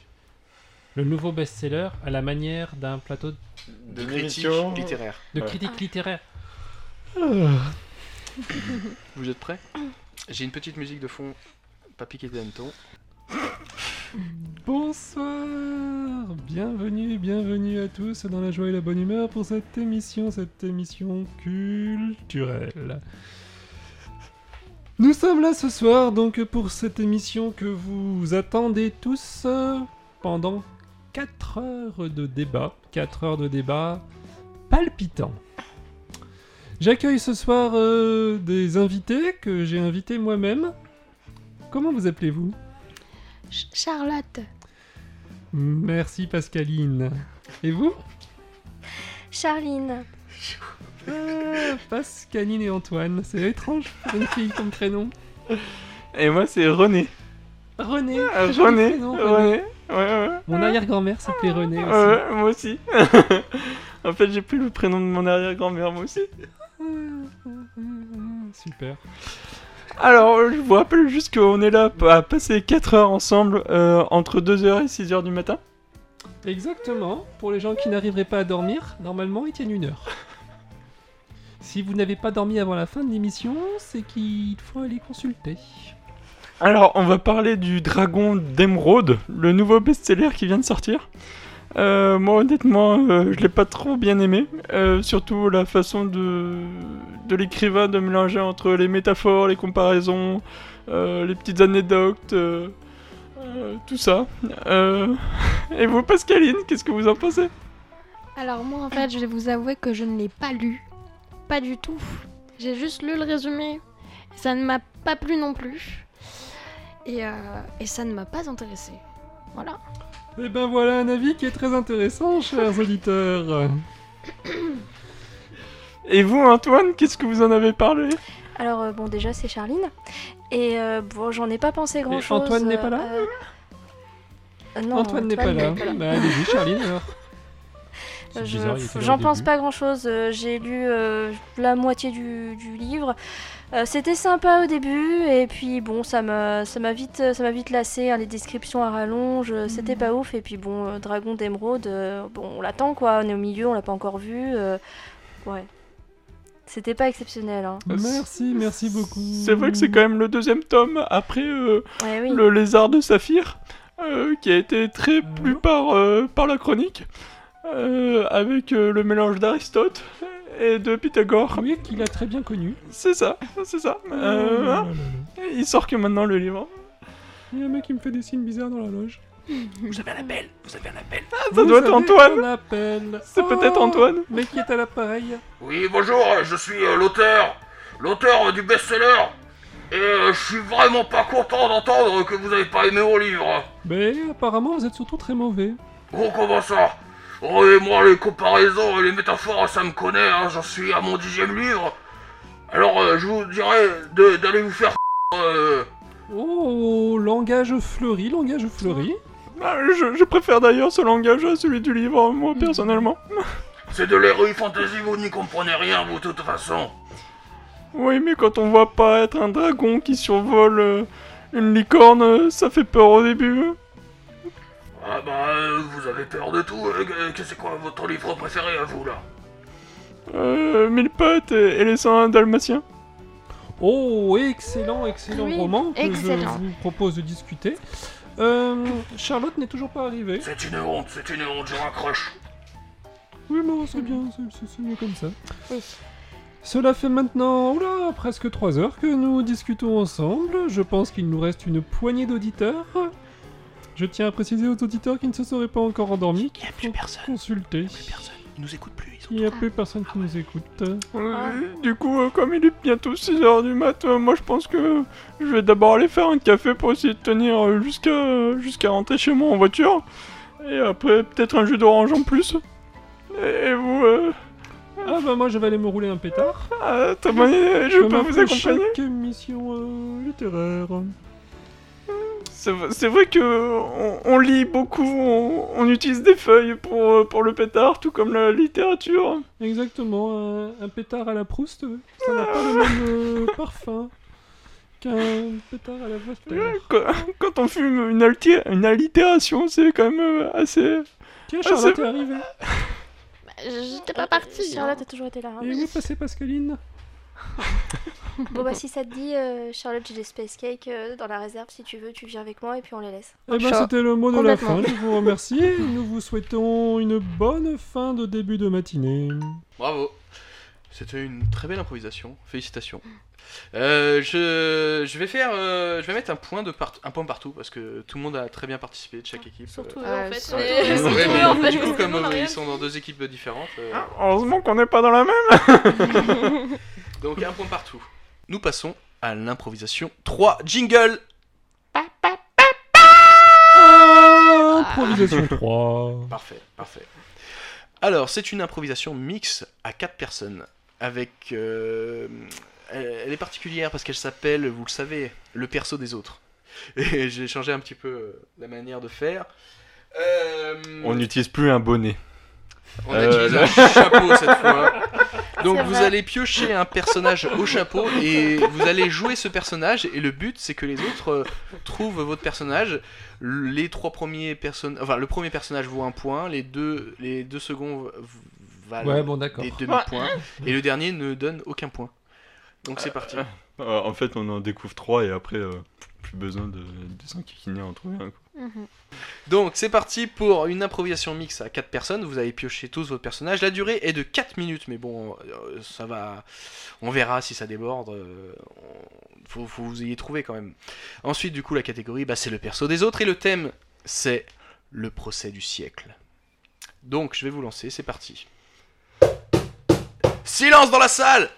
[SPEAKER 7] le nouveau best-seller à la manière d'un plateau
[SPEAKER 4] de
[SPEAKER 8] Une
[SPEAKER 4] critique
[SPEAKER 8] émission.
[SPEAKER 4] littéraire.
[SPEAKER 7] de
[SPEAKER 8] Ouais.
[SPEAKER 9] Ah.
[SPEAKER 7] critique littéraire.
[SPEAKER 4] Vous êtes prêts
[SPEAKER 11] Hum.
[SPEAKER 4] J'ai une petite musique de fond, pas piqué des hannetons.
[SPEAKER 7] Bonsoir, bienvenue, bienvenue à tous dans la joie et la bonne humeur pour cette émission, cette émission culturelle. Nous sommes là ce soir donc pour cette émission que vous attendez tous euh, pendant 4 heures de débat, 4 heures de débat palpitant. J'accueille ce soir euh, des invités que j'ai invités moi-même. Comment vous appelez-vous
[SPEAKER 6] Ch- Charlotte.
[SPEAKER 7] Merci Pascaline. Et vous
[SPEAKER 5] Charline.
[SPEAKER 7] Ah, Pascaline et Antoine, c'est étrange pour une fille comme prénom.
[SPEAKER 8] Et moi, c'est René.
[SPEAKER 7] René.
[SPEAKER 8] Ah,
[SPEAKER 7] c'est joli
[SPEAKER 8] René.
[SPEAKER 7] prénom, René.
[SPEAKER 8] René. Ouais, ouais.
[SPEAKER 7] Mon arrière-grand-mère s'appelait René aussi.
[SPEAKER 8] Ouais, moi aussi. [laughs] en fait, j'ai plus le prénom de mon arrière-grand-mère, moi aussi.
[SPEAKER 7] Super.
[SPEAKER 8] Alors, je vous rappelle juste qu'on est là à passer 4 heures ensemble euh, entre 2h et 6h du matin.
[SPEAKER 7] Exactement. Pour les gens qui n'arriveraient pas à dormir, normalement ils tiennent une heure. Si vous n'avez pas dormi avant la fin de l'émission, c'est qu'il faut aller consulter.
[SPEAKER 8] Alors, on va parler du Dragon d'Émeraude, le nouveau best-seller qui vient de sortir. Euh, moi, honnêtement, euh, je l'ai pas trop bien aimé. Euh, surtout la façon de, de l'écrivain de mélanger entre les métaphores, les comparaisons, euh, les petites anecdotes, euh, euh, tout ça. Euh, [laughs] Et vous, Pascaline, qu'est-ce que vous en pensez
[SPEAKER 6] Alors moi en fait je vais vous avouer que je ne l'ai pas lu. Pas du tout. J'ai juste lu le résumé. Ça ne m'a pas plu non plus. Et, euh, et ça ne m'a pas intéressé. Voilà.
[SPEAKER 7] Et ben voilà un avis qui est très intéressant,
[SPEAKER 8] [laughs]
[SPEAKER 7] chers auditeurs.
[SPEAKER 8] Et vous, Antoine, qu'est-ce que vous en avez parlé
[SPEAKER 5] Alors, euh, bon, déjà, c'est Charline. Et euh, bon, j'en ai pas pensé grand chose.
[SPEAKER 7] Antoine n'est pas là
[SPEAKER 5] euh, non,
[SPEAKER 7] Antoine n'est pas là. Bah, allez-y, Charline
[SPEAKER 8] [laughs]
[SPEAKER 7] alors.
[SPEAKER 5] Euh, je- J'en pense pas grand chose. J'ai lu euh, la moitié du, du livre. Euh, C'était sympa au début, et puis bon, ça m'a ça m'a vite, ça m'a vite lassé. hein, les descriptions à rallonge, euh, c'était pas ouf. Et puis bon, euh, Dragon d'Émeraude, euh, bon, on l'attend quoi. On est au milieu, on l'a pas encore vu. euh, ouais. C'était pas exceptionnel. Hein.
[SPEAKER 7] Merci, merci beaucoup.
[SPEAKER 8] C'est vrai que c'est quand même le deuxième tome après euh,
[SPEAKER 5] Ouais, oui.
[SPEAKER 8] le lézard de saphir, euh, qui a été très plu par, euh, par la chronique, euh, avec euh, le mélange d'Aristote et de Pythagore.
[SPEAKER 7] Oui, qu'il a très bien
[SPEAKER 8] [laughs]
[SPEAKER 7] connu.
[SPEAKER 8] C'est ça, c'est ça.
[SPEAKER 7] Oh
[SPEAKER 8] Euh,
[SPEAKER 7] là
[SPEAKER 8] hein,
[SPEAKER 7] là là.
[SPEAKER 8] il sort que maintenant le livre.
[SPEAKER 7] Il y a un mec qui me fait des signes bizarres dans la loge.
[SPEAKER 8] Ça doit être Antoine. Oh.
[SPEAKER 7] C'est
[SPEAKER 8] Ah, C'est peut-être Antoine.
[SPEAKER 7] Mec Oh, qui est à l'appareil.
[SPEAKER 2] Oui, bonjour, je suis euh, l'auteur. L'auteur euh, du best-seller. Euh, je suis vraiment pas content d'entendre que vous avez pas aimé mon livre.
[SPEAKER 7] Mais apparemment, vous êtes surtout très mauvais.
[SPEAKER 2] Bon, comment ça Oh, et moi, les comparaisons et les métaphores, ça me connaît, hein, j'en suis à mon dixième livre. Alors, euh, je vous dirais de- d'aller vous faire. [laughs] Euh...
[SPEAKER 7] Oh, langage fleuri, langage fleuri.
[SPEAKER 8] Ah, je, je préfère d'ailleurs ce langage à celui du livre, moi personnellement.
[SPEAKER 2] C'est de l'héroïque fantasy, vous n'y comprenez rien, vous, de toute façon.
[SPEAKER 8] Oui, mais quand on voit paraître un dragon qui survole euh, une licorne, euh, ça fait peur au début. hein.
[SPEAKER 2] Ah bah, euh, vous avez peur de tout. euh, euh, que c'est quoi votre livre préféré à vous, là
[SPEAKER 8] Euh, mille pattes et, et les 101 dalmatiens.
[SPEAKER 7] Oh, excellent, excellent
[SPEAKER 6] Oui,
[SPEAKER 7] roman que
[SPEAKER 6] excellent.
[SPEAKER 7] je vous propose de discuter. Euh, Charlotte n'est toujours pas arrivée.
[SPEAKER 2] C'est une honte, c'est une honte, je raccroche.
[SPEAKER 7] Oui, non, c'est bien, c'est- c'est- c'est mieux comme ça.
[SPEAKER 6] Oui.
[SPEAKER 7] Cela fait maintenant oula, presque 3 heures que nous discutons ensemble. Je pense qu'il nous reste une poignée d'auditeurs. Je tiens à préciser aux auditeurs qui ne se seraient pas encore endormis qu'il
[SPEAKER 4] plus
[SPEAKER 7] faut
[SPEAKER 4] personne.
[SPEAKER 7] consulter.
[SPEAKER 4] Personne. Ils nous écoutent plus. Ils
[SPEAKER 7] Il n'y a plus personne qui nous écoute.
[SPEAKER 8] Euh, Du coup, euh, comme il est bientôt 6h du mat, euh, moi je pense que je vais d'abord aller faire un café pour essayer de tenir euh, jusqu'à jusqu'à rentrer chez moi en voiture. Et après, peut-être un jus d'orange en plus. Et et vous, euh,
[SPEAKER 7] Ah bah moi je vais aller me rouler un pétard.
[SPEAKER 8] ah, t'as bonne idée, je peux
[SPEAKER 7] Comme
[SPEAKER 8] vous
[SPEAKER 7] après
[SPEAKER 8] accompagner
[SPEAKER 7] chaque émission euh, littéraire.
[SPEAKER 8] C'est v- c'est vrai que on, on lit beaucoup, on, on utilise des feuilles pour, euh, pour le pétard, tout comme la littérature.
[SPEAKER 7] Exactement, un, un pétard à la Proust, euh, ça n'a pas le
[SPEAKER 8] Ah.
[SPEAKER 7] même euh, parfum qu'un pétard à la Voltaire.
[SPEAKER 8] Quand, [laughs] quand on fume une, alti- une allitération, c'est quand même euh, assez...
[SPEAKER 6] Ah,
[SPEAKER 7] Tiens,
[SPEAKER 8] c'est
[SPEAKER 7] Charlotte est arrivée.
[SPEAKER 6] J'étais pas partie. hein.
[SPEAKER 5] Charlotte a toujours été là. hein.
[SPEAKER 7] Et où est passée Pascaline
[SPEAKER 5] Bon bah si ça te dit, euh, Charlotte, j'ai des space cakes euh, dans la réserve. Si tu veux, tu viens avec moi et puis on les laisse.
[SPEAKER 7] Eh ben,
[SPEAKER 6] Char-
[SPEAKER 7] c'était le mot de la fin.
[SPEAKER 6] complètement.
[SPEAKER 7] Je vous remercie. Nous vous souhaitons une bonne fin de début de matinée.
[SPEAKER 4] Bravo. C'était une très belle improvisation. Félicitations.
[SPEAKER 11] Hum.
[SPEAKER 4] Euh, je, je vais faire, euh, je vais mettre un point de part- un point partout parce que tout le monde a très bien participé de chaque équipe.
[SPEAKER 11] Ah, [laughs] Surtout
[SPEAKER 4] Euh,
[SPEAKER 11] eux,
[SPEAKER 6] Euh,
[SPEAKER 11] en fait.
[SPEAKER 6] surtout
[SPEAKER 11] Mais-
[SPEAKER 6] eux.
[SPEAKER 11] surtout Ah.
[SPEAKER 4] ouais,
[SPEAKER 11] eux,
[SPEAKER 4] mais
[SPEAKER 11] en fait,
[SPEAKER 4] du coup,
[SPEAKER 11] parce que
[SPEAKER 4] comme
[SPEAKER 11] nous, on a
[SPEAKER 4] euh,
[SPEAKER 11] rien
[SPEAKER 4] ils sont dans deux équipes différentes, euh,
[SPEAKER 8] Heureusement qu'on n'est pas dans la même.
[SPEAKER 4] donc un point partout. Nous passons à l'improvisation 3 jingle.
[SPEAKER 7] Improvisation 3.
[SPEAKER 4] Parfait, parfait. Alors, c'est une improvisation mixte à quatre personnes. Avec. euh, elle, elle est particulière parce qu'elle s'appelle, vous le savez, le perso des autres. Et [laughs] j'ai changé un petit peu euh, la manière de faire. Euh,
[SPEAKER 8] On n'utilise plus un bonnet.
[SPEAKER 4] on a
[SPEAKER 8] euh,
[SPEAKER 4] utilisé
[SPEAKER 8] là.
[SPEAKER 4] un chapeau cette
[SPEAKER 5] [laughs]
[SPEAKER 4] fois. Donc
[SPEAKER 5] C'est
[SPEAKER 4] vous
[SPEAKER 5] vrai.
[SPEAKER 4] allez piocher un personnage au chapeau et vous allez jouer ce personnage et le but c'est que les autres euh, trouvent votre personnage. L- Les trois premiers personnes, enfin le premier personnage vaut un point, les deux, les deux seconds v- valent
[SPEAKER 7] Ouais, bon, d'accord.
[SPEAKER 4] des demi-points et le dernier ne donne aucun point. Donc c'est parti.
[SPEAKER 8] Euh, en fait, on en découvre trois et après, euh, plus besoin de, de s'enquiquiner entre eux. hein, quoi.
[SPEAKER 6] Mhm.
[SPEAKER 4] Donc c'est parti pour une improvisation mixte à 4 personnes. Vous allez piocher tous votre personnage. La durée est de 4 minutes, mais bon, euh, ça va. On verra si ça déborde. euh, on- Faut, faut vous ayez trouvé quand même. Ensuite, du coup, la catégorie, bah, c'est le perso des autres et le thème, c'est le procès du siècle. Donc je vais vous lancer. C'est parti. Silence dans la salle.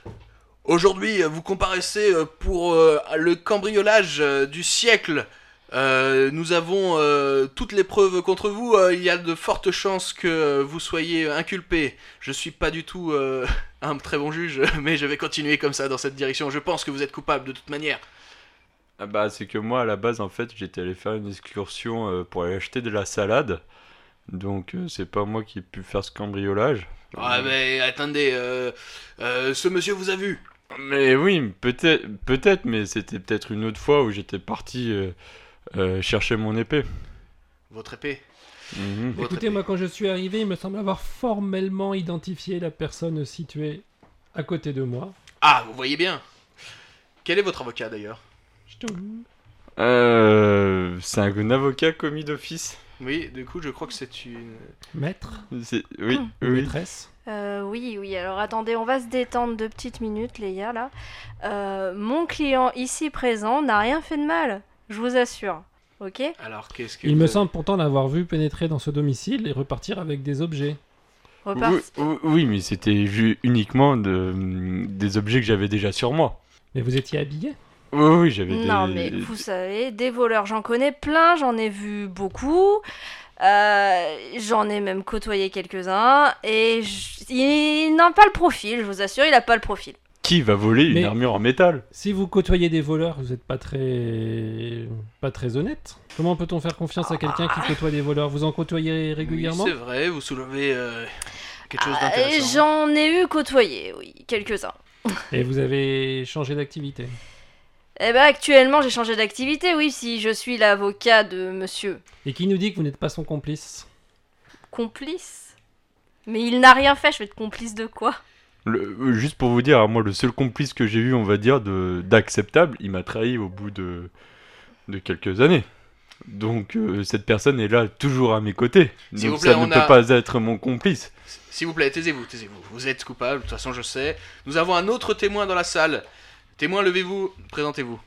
[SPEAKER 4] Aujourd'hui, vous comparaissez euh, pour euh, le cambriolage euh, du siècle. Euh, nous avons euh, toutes les preuves contre vous. Euh, il y a de fortes chances que euh, vous soyez inculpé. Je suis pas du tout euh, [laughs] un très bon juge, [laughs] mais je vais continuer comme ça dans cette direction. Je pense que vous êtes coupable de toute manière.
[SPEAKER 8] Ah bah, c'est que moi, à la base, en fait, j'étais allé faire une excursion euh, pour aller acheter de la salade. Donc, euh, c'est pas moi qui ai pu faire ce cambriolage.
[SPEAKER 4] Ah mais attendez, euh, euh, ce monsieur vous a vu.
[SPEAKER 8] Mais oui, peut-être, peut-être, mais c'était peut-être une autre fois où j'étais parti euh, euh, chercher mon épée.
[SPEAKER 4] Votre épée.
[SPEAKER 8] Mhm.
[SPEAKER 4] Votre
[SPEAKER 7] Écoutez,
[SPEAKER 4] épée.
[SPEAKER 7] moi, quand je suis arrivé, il me semble avoir formellement identifié la personne située à côté de moi.
[SPEAKER 4] Ah, vous voyez bien. Quel est votre avocat d'ailleurs
[SPEAKER 8] Euh, c'est un avocat commis d'office.
[SPEAKER 4] Oui, du coup, je crois que c'est une.
[SPEAKER 7] Maître
[SPEAKER 8] C'est- Oui,
[SPEAKER 5] Ah,
[SPEAKER 7] ou
[SPEAKER 8] oui.
[SPEAKER 7] Maîtresse
[SPEAKER 5] Euh, oui, oui, alors attendez, on va se détendre deux petites minutes, les gars, là. Euh, mon client ici présent n'a rien fait de mal, je vous assure. Ok
[SPEAKER 4] Alors qu'est-ce que.
[SPEAKER 7] Il me semble pourtant l'avoir vu pénétrer dans ce domicile et repartir avec des objets.
[SPEAKER 5] Repart-
[SPEAKER 8] Oui, oui, oui, mais c'était ju- uniquement de, des objets que j'avais déjà sur moi.
[SPEAKER 7] Mais vous étiez habillé
[SPEAKER 8] Oui, oui, j'avais des...
[SPEAKER 5] Non, mais vous savez, des voleurs, j'en connais plein, j'en ai vu beaucoup. Euh, j'en ai même côtoyé quelques-uns. Et j- il n'a pas le profil, je vous assure, il n'a pas le profil.
[SPEAKER 8] Qui va voler une
[SPEAKER 7] Mais-
[SPEAKER 8] armure en métal
[SPEAKER 7] Si vous côtoyez des voleurs, vous n'êtes pas très... pas très honnête. Comment peut-on faire confiance à quelqu'un qui côtoie des voleurs Vous en côtoyez régulièrement
[SPEAKER 4] Oui, c'est vrai, vous soulevez euh, quelque chose
[SPEAKER 5] Ah, et
[SPEAKER 4] d'intéressant. hein.
[SPEAKER 5] J'en ai eu côtoyé, oui, quelques-uns.
[SPEAKER 7] Et vous avez changé d'activité.
[SPEAKER 5] Eh ben actuellement, j'ai changé d'activité, oui, si je suis l'avocat de monsieur
[SPEAKER 7] Et qui nous dit que vous n'êtes pas son complice
[SPEAKER 5] complice. Mais il n'a rien fait, je vais être complice de quoi
[SPEAKER 8] Le- euh, Juste pour vous dire, hein, moi, le seul complice que j'ai eu, on va dire, de- d'acceptable, il m'a trahi au bout de, de quelques années. Donc, euh, cette personne est là, toujours à mes côtés.
[SPEAKER 4] S'il
[SPEAKER 8] Donc,
[SPEAKER 4] vous plaît,
[SPEAKER 8] ça ne
[SPEAKER 4] on
[SPEAKER 8] peut
[SPEAKER 4] a-
[SPEAKER 8] pas être mon complice.
[SPEAKER 4] S'il vous plaît, taisez-vous, taisez-vous. Vous êtes coupable, de toute façon, je sais. Nous avons un autre témoin dans la salle. Témoin, levez-vous, présentez-vous.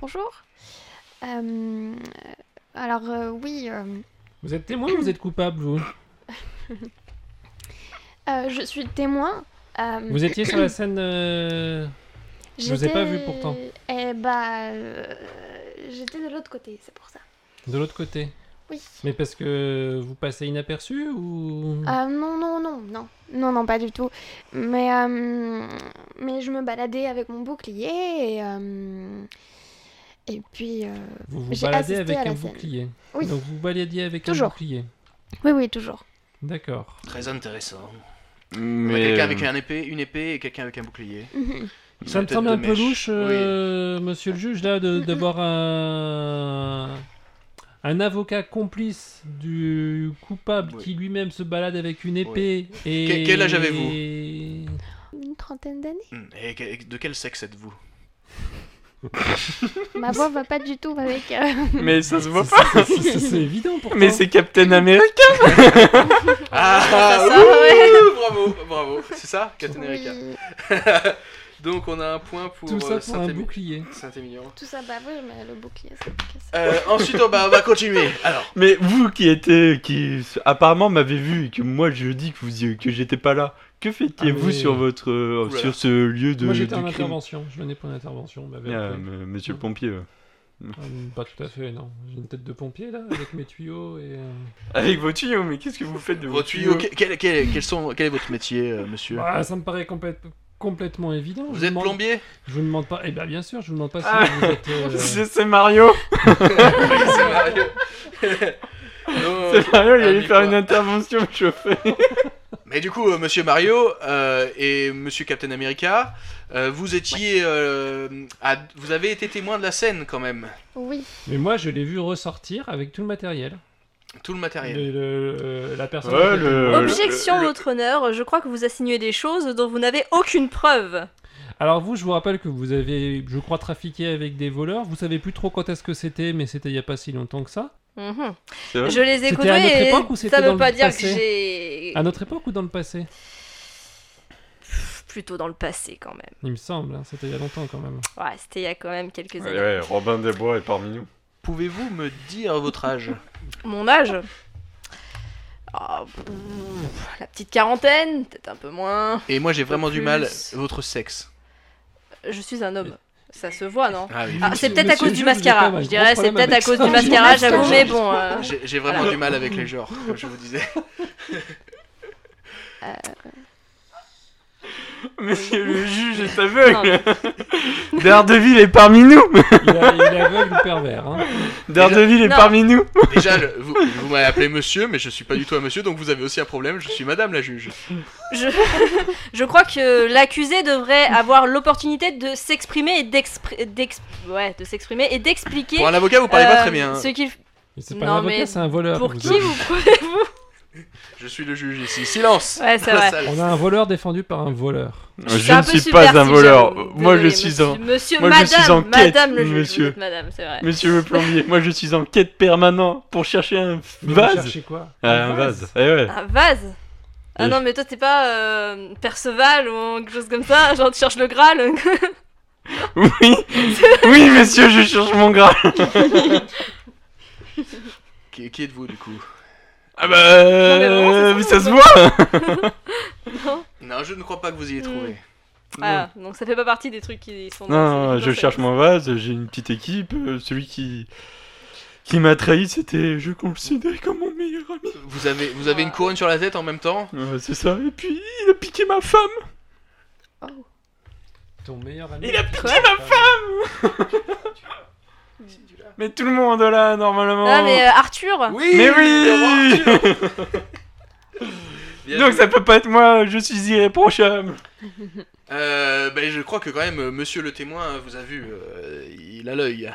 [SPEAKER 6] Bonjour. Euh, alors euh, oui, euh,
[SPEAKER 7] Vous êtes témoin ou vous êtes
[SPEAKER 4] [coughs]
[SPEAKER 7] coupable, vous
[SPEAKER 6] euh, je suis témoin. euh,
[SPEAKER 7] Vous étiez sur la scène... euh, je vous ai pas
[SPEAKER 6] j'étais-
[SPEAKER 7] vu pourtant.
[SPEAKER 6] Eh bah, euh, j'étais de l'autre côté, c'est pour ça.
[SPEAKER 7] de l'autre côté
[SPEAKER 6] Oui.
[SPEAKER 7] Mais parce que vous passez inaperçu ou...
[SPEAKER 6] Euh, non, non, non, non, non, non, pas du tout. Mais, euh, mais je me baladais avec mon bouclier et, euh, et puis euh,
[SPEAKER 7] Vous vous
[SPEAKER 6] j'ai
[SPEAKER 7] baladez
[SPEAKER 6] assisté
[SPEAKER 7] avec
[SPEAKER 6] à la
[SPEAKER 7] un
[SPEAKER 6] scène.
[SPEAKER 7] bouclier.
[SPEAKER 6] Oui.
[SPEAKER 7] Donc vous baladiez avec un
[SPEAKER 6] Toujours.
[SPEAKER 7] bouclier.
[SPEAKER 6] oui, oui, [laughs] toujours.
[SPEAKER 7] D'accord.
[SPEAKER 4] Très intéressant. On a
[SPEAKER 8] Mais.
[SPEAKER 4] quelqu'un
[SPEAKER 8] euh,
[SPEAKER 4] avec un épée, une épée et quelqu'un avec un bouclier.
[SPEAKER 6] Mhm.
[SPEAKER 4] Ils
[SPEAKER 7] Ça
[SPEAKER 4] ont
[SPEAKER 7] me
[SPEAKER 4] peut-être
[SPEAKER 7] semble
[SPEAKER 4] de
[SPEAKER 7] un peu
[SPEAKER 4] mèche.
[SPEAKER 7] louche, euh, monsieur le juge, là, de- d'avoir un... un avocat complice du coupable
[SPEAKER 4] Oui.
[SPEAKER 7] qui lui-même se balade avec une épée et...
[SPEAKER 4] Que- quel âge avez-vous
[SPEAKER 6] Une trentaine [laughs] d'années.
[SPEAKER 4] Oui. Hmm, Et que- de quel sexe êtes-vous
[SPEAKER 6] Ma voix va pas du tout avec. euh,
[SPEAKER 8] Mais ça se voit
[SPEAKER 7] C'est- c'est- C'est c'est évident pourtant.
[SPEAKER 8] Mais c'est Captain America
[SPEAKER 4] [laughs] Ah,
[SPEAKER 5] ça,
[SPEAKER 4] ouh,
[SPEAKER 5] ouais.
[SPEAKER 4] Bravo, bravo. C'est ça, Captain America.
[SPEAKER 6] oui,
[SPEAKER 4] Donc on a un point pour,
[SPEAKER 7] Tout ça
[SPEAKER 4] euh,
[SPEAKER 7] pour un
[SPEAKER 4] Saint-Émi-
[SPEAKER 7] bouclier.
[SPEAKER 4] Saint-Émilion.
[SPEAKER 6] tout ça, bah oui, mais le bouclier, ça casse.
[SPEAKER 4] Euh, ensuite, on va, on va continuer. Alors,
[SPEAKER 8] Mais vous qui étiez, qui apparemment m'avez vu et que moi je dis que vous y- que j'étais pas là, que
[SPEAKER 7] Ah,
[SPEAKER 8] fêtiez-vous
[SPEAKER 7] mais-
[SPEAKER 8] sur votre euh,
[SPEAKER 4] Oulala.
[SPEAKER 8] sur ce lieu de,
[SPEAKER 7] Moi j'étais
[SPEAKER 8] de
[SPEAKER 7] en
[SPEAKER 8] crime
[SPEAKER 7] intervention, je venais pour une intervention. on m'avait
[SPEAKER 8] Ah,
[SPEAKER 7] appelé.
[SPEAKER 8] m- Monsieur le pompier, euh,
[SPEAKER 7] Hum, Pas tout à fait, non. J'ai une tête de pompier là, avec mes tuyaux et. euh,
[SPEAKER 8] avec vos tuyaux, mais qu'est-ce que vous faites de vos
[SPEAKER 4] vos tuyaux, que- quel, quel- quels sont, quel est votre métier, euh, monsieur
[SPEAKER 7] Ah, ça me paraît complète- complètement évident. je
[SPEAKER 4] Vous êtes
[SPEAKER 7] demande-
[SPEAKER 4] plombier
[SPEAKER 7] Je vous demande pas. Eh bien, bien sûr, je vous demande pas si
[SPEAKER 8] Ah.
[SPEAKER 7] vous êtes. euh,
[SPEAKER 8] [laughs] C'est c'est Mario
[SPEAKER 4] C'est Mario. [laughs] Non,
[SPEAKER 8] C'est Mario, il
[SPEAKER 4] Ah,
[SPEAKER 8] allait
[SPEAKER 4] mais
[SPEAKER 8] faire
[SPEAKER 4] quoi.
[SPEAKER 8] une intervention chauffée.
[SPEAKER 4] Mais du coup, euh, Monsieur Mario euh, et Monsieur Captain America, euh, vous étiez, euh, à- vous avez été témoin de la scène quand même,
[SPEAKER 6] Oui,
[SPEAKER 7] Mais moi, je l'ai vu ressortir avec tout le matériel.
[SPEAKER 4] tout le matériel.
[SPEAKER 7] Le- le- euh, la personne.
[SPEAKER 8] Ouais, le- Euh,
[SPEAKER 5] Objection,
[SPEAKER 4] le-
[SPEAKER 5] votre honneur, je crois que vous assignez des choses dont vous n'avez aucune preuve.
[SPEAKER 7] Alors vous, je vous rappelle que vous avez, je crois, trafiqué avec des voleurs. Vous savez plus trop quand est-ce que c'était, mais c'était il y a pas si longtemps que ça.
[SPEAKER 5] Mhm.
[SPEAKER 8] C'est vrai
[SPEAKER 5] Je les ai
[SPEAKER 7] C'était
[SPEAKER 5] connus
[SPEAKER 7] à notre
[SPEAKER 5] et
[SPEAKER 7] époque ou c'était
[SPEAKER 5] ça
[SPEAKER 7] dans
[SPEAKER 5] veut
[SPEAKER 7] le
[SPEAKER 5] pas dire
[SPEAKER 7] passé Ah
[SPEAKER 5] que j'ai...
[SPEAKER 7] À notre époque ou dans le passé
[SPEAKER 5] Plutôt dans le passé quand même.
[SPEAKER 7] Il me semble. hein, c'était il y a longtemps quand même.
[SPEAKER 5] Ouais, c'était il y a quand même quelques années.
[SPEAKER 8] Robin des Bois est parmi nous.
[SPEAKER 4] Pouvez-vous me dire votre âge
[SPEAKER 5] Mon âge Ah, pff, La petite quarantaine, peut-être un peu moins.
[SPEAKER 4] Et moi, j'ai vraiment du mal.
[SPEAKER 5] Plus.
[SPEAKER 4] Votre sexe.
[SPEAKER 5] Je suis un homme. Ça se voit, non
[SPEAKER 4] Ah oui.
[SPEAKER 5] Ah, C'est peut-être à
[SPEAKER 7] Monsieur
[SPEAKER 5] cause du
[SPEAKER 7] Jules, j'ai quand même
[SPEAKER 5] mascara.
[SPEAKER 7] un
[SPEAKER 5] Je
[SPEAKER 7] gros
[SPEAKER 5] dirais c'est
[SPEAKER 7] problème
[SPEAKER 5] peut-être à
[SPEAKER 7] avec
[SPEAKER 5] cause
[SPEAKER 7] ça.
[SPEAKER 5] du
[SPEAKER 7] [laughs]
[SPEAKER 5] mascara,
[SPEAKER 6] J'ai
[SPEAKER 5] j'avoue,
[SPEAKER 6] un
[SPEAKER 5] mais
[SPEAKER 6] mascara.
[SPEAKER 5] bon. euh,
[SPEAKER 4] J'ai j'ai vraiment
[SPEAKER 5] Voilà.
[SPEAKER 4] du mal avec les genres, comme je vous disais.
[SPEAKER 8] Monsieur le juge est aveugle Daredevil est parmi nous
[SPEAKER 7] Il, a, il est aveugle ou pervers. hein.
[SPEAKER 8] Daredevil est
[SPEAKER 5] Non.
[SPEAKER 8] parmi nous
[SPEAKER 4] Déjà, le- vous, vous m'avez appelé monsieur, mais je suis pas du tout un monsieur, donc vous avez aussi un problème. Je suis madame la juge.
[SPEAKER 5] Je, je crois que l'accusé devrait avoir l'opportunité de s'exprimer et d'exprimer, ouais, de s'exprimer et d'expliquer.
[SPEAKER 4] Pour un avocat, vous parlez pas
[SPEAKER 5] euh,
[SPEAKER 4] très bien. hein.
[SPEAKER 5] Ce qu'il.
[SPEAKER 7] Mais C'est pas
[SPEAKER 5] Non,
[SPEAKER 7] un avocat,
[SPEAKER 5] mais
[SPEAKER 7] c'est un
[SPEAKER 8] Ah,
[SPEAKER 7] voleur.
[SPEAKER 5] Pour
[SPEAKER 7] vous
[SPEAKER 5] qui
[SPEAKER 7] avez-
[SPEAKER 5] vous prenez-vous
[SPEAKER 4] Je suis le juge ici. Silence.
[SPEAKER 5] Ouais,
[SPEAKER 4] Dans
[SPEAKER 5] c'est
[SPEAKER 4] la [laughs]
[SPEAKER 5] vrai.
[SPEAKER 4] salle.
[SPEAKER 7] On a un voleur défendu par un voleur.
[SPEAKER 8] Je ne suis pas un voleur. Moi, je suis un.
[SPEAKER 5] Monsieur,
[SPEAKER 8] moi, je
[SPEAKER 5] madame,
[SPEAKER 8] suis en quête,
[SPEAKER 5] madame le juge, vous
[SPEAKER 8] monsieur.
[SPEAKER 5] êtes madame, c'est vrai.
[SPEAKER 8] Monsieur le plombier, moi je suis en quête permanente pour chercher un
[SPEAKER 7] Mais vous
[SPEAKER 8] vase.
[SPEAKER 7] cherchez quoi
[SPEAKER 8] Ah, un vase. Eh ouais.
[SPEAKER 5] Un vase Ah
[SPEAKER 8] Et-
[SPEAKER 5] non, mais toi, t'es pas euh, Perceval ou quelque chose comme ça, genre tu cherches le Graal [laughs]
[SPEAKER 8] Oui, oui, monsieur, je cherche mon gras.
[SPEAKER 4] Qui, qui êtes-vous du coup
[SPEAKER 8] Ah bah,
[SPEAKER 5] mais vraiment, c'est ça, non,
[SPEAKER 8] euh, ça se
[SPEAKER 5] non.
[SPEAKER 8] voit.
[SPEAKER 5] Non Hmm.
[SPEAKER 4] Non, je ne crois pas que vous y ayez trouvé.
[SPEAKER 5] Voilà, donc ça fait pas partie des trucs qui sont.
[SPEAKER 8] Non, non,
[SPEAKER 5] c'est-
[SPEAKER 8] je
[SPEAKER 5] ça-
[SPEAKER 8] cherche mon vase, j'ai une petite équipe, euh, celui qui qui m'a trahi, c'était je considère comme mon meilleur ami.
[SPEAKER 4] Vous avez, vous avez une couronne sur la tête en même temps
[SPEAKER 8] Ouais, c'est ça. Et puis il a piqué ma femme.
[SPEAKER 7] Ton meilleur ami.
[SPEAKER 8] Il a
[SPEAKER 7] piqué
[SPEAKER 8] ma Mais tout le monde là normalement.
[SPEAKER 5] Ah, mais euh, Arthur
[SPEAKER 4] Oui
[SPEAKER 8] Mais oui [laughs] Donc ça peut pas être moi, je suis irréprochable.
[SPEAKER 4] Euh, ben, je crois que quand même, euh, monsieur le témoin vous a vu. euh, il a l'œil.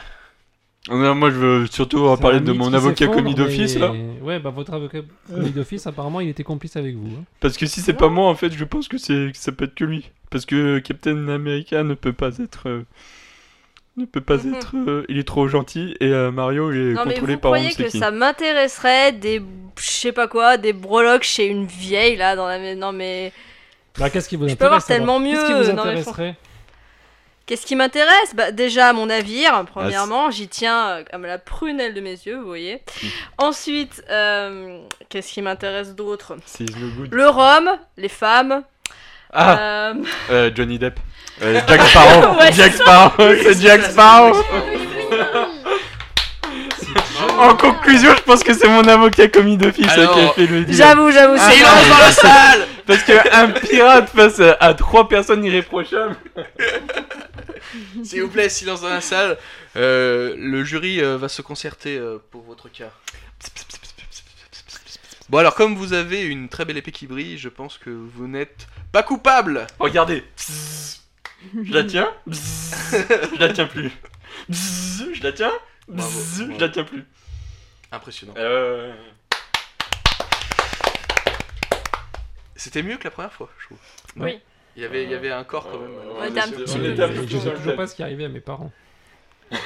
[SPEAKER 8] Non, moi je veux surtout euh, parler de mon avocat commis d'office là.
[SPEAKER 7] Ouais, bah votre avocat commis d'office, apparemment, il était complice avec vous. hein.
[SPEAKER 8] Parce que si c'est pas moi en fait, je pense que c'est que ça peut être que lui. Parce que Captain America ne peut pas être. euh, Ne peut pas
[SPEAKER 5] Mhm.
[SPEAKER 8] être. euh, il est trop gentil et euh, Mario il est
[SPEAKER 5] Non, mais
[SPEAKER 8] contrôlé
[SPEAKER 5] vous
[SPEAKER 8] par on ne
[SPEAKER 5] croyez
[SPEAKER 8] sait
[SPEAKER 5] que
[SPEAKER 8] qui.
[SPEAKER 5] ça m'intéresserait des. Je sais pas quoi, des breloques chez une vieille là dans la. mais- Non, mais.
[SPEAKER 7] Bah, qu'est-ce qui vous
[SPEAKER 5] Je
[SPEAKER 7] intéresse
[SPEAKER 5] peux avoir
[SPEAKER 7] alors
[SPEAKER 5] tellement
[SPEAKER 7] Qu'est-ce qui
[SPEAKER 5] mieux,
[SPEAKER 7] vous
[SPEAKER 5] non, mais je pense-
[SPEAKER 7] intéresserait
[SPEAKER 5] Qu'est-ce qui m'intéresse bah, Déjà, mon navire, premièrement, j'y tiens euh, comme la prunelle de mes yeux, vous voyez. Ensuite, euh, qu'est-ce qui m'intéresse d'autre
[SPEAKER 8] C'est Is No Good.
[SPEAKER 5] Le rhum, les femmes.
[SPEAKER 8] Ah
[SPEAKER 5] euh,
[SPEAKER 8] euh,
[SPEAKER 5] [laughs]
[SPEAKER 8] Johnny Depp. Euh, Jack Sparrow
[SPEAKER 5] Ouais,
[SPEAKER 8] Jack Sparrow C'est Jack Sparrow
[SPEAKER 6] Ah
[SPEAKER 8] En conclusion, je pense que c'est mon avocat commis d'office là, qui a
[SPEAKER 4] Alors,
[SPEAKER 8] fait le deal.
[SPEAKER 5] J'avoue, j'avoue,
[SPEAKER 8] Ah,
[SPEAKER 5] c'est
[SPEAKER 8] non,
[SPEAKER 4] Silence dans la salle
[SPEAKER 8] Parce que un pirate face à, à trois personnes irréprochables.
[SPEAKER 4] S'il vous plaît, silence dans la salle. Euh, le jury euh, va se concerter euh, pour votre cas. Bon alors comme vous avez une très belle épée qui brille, je pense que vous n'êtes pas coupable.
[SPEAKER 8] Regardez. Bzzz. Je la tiens. Bzzz. Je la tiens plus. Bzzz. Je la tiens. Bzzz.
[SPEAKER 4] Bravo.
[SPEAKER 8] Je la tiens plus.
[SPEAKER 4] Impressionnant.
[SPEAKER 8] Euh...
[SPEAKER 4] C'était mieux que la première fois, je trouve.
[SPEAKER 5] Oui.
[SPEAKER 4] Il y avait, il y avait un corps quand même.
[SPEAKER 8] euh,
[SPEAKER 5] Ouais, était un petit
[SPEAKER 7] Je
[SPEAKER 8] on
[SPEAKER 5] peu-
[SPEAKER 8] était un
[SPEAKER 7] je
[SPEAKER 8] peu
[SPEAKER 7] sais
[SPEAKER 8] sur
[SPEAKER 7] toujours
[SPEAKER 8] le
[SPEAKER 7] pas
[SPEAKER 8] pas.
[SPEAKER 7] ce qui est arrivé à mes parents.
[SPEAKER 4] [laughs] Mario,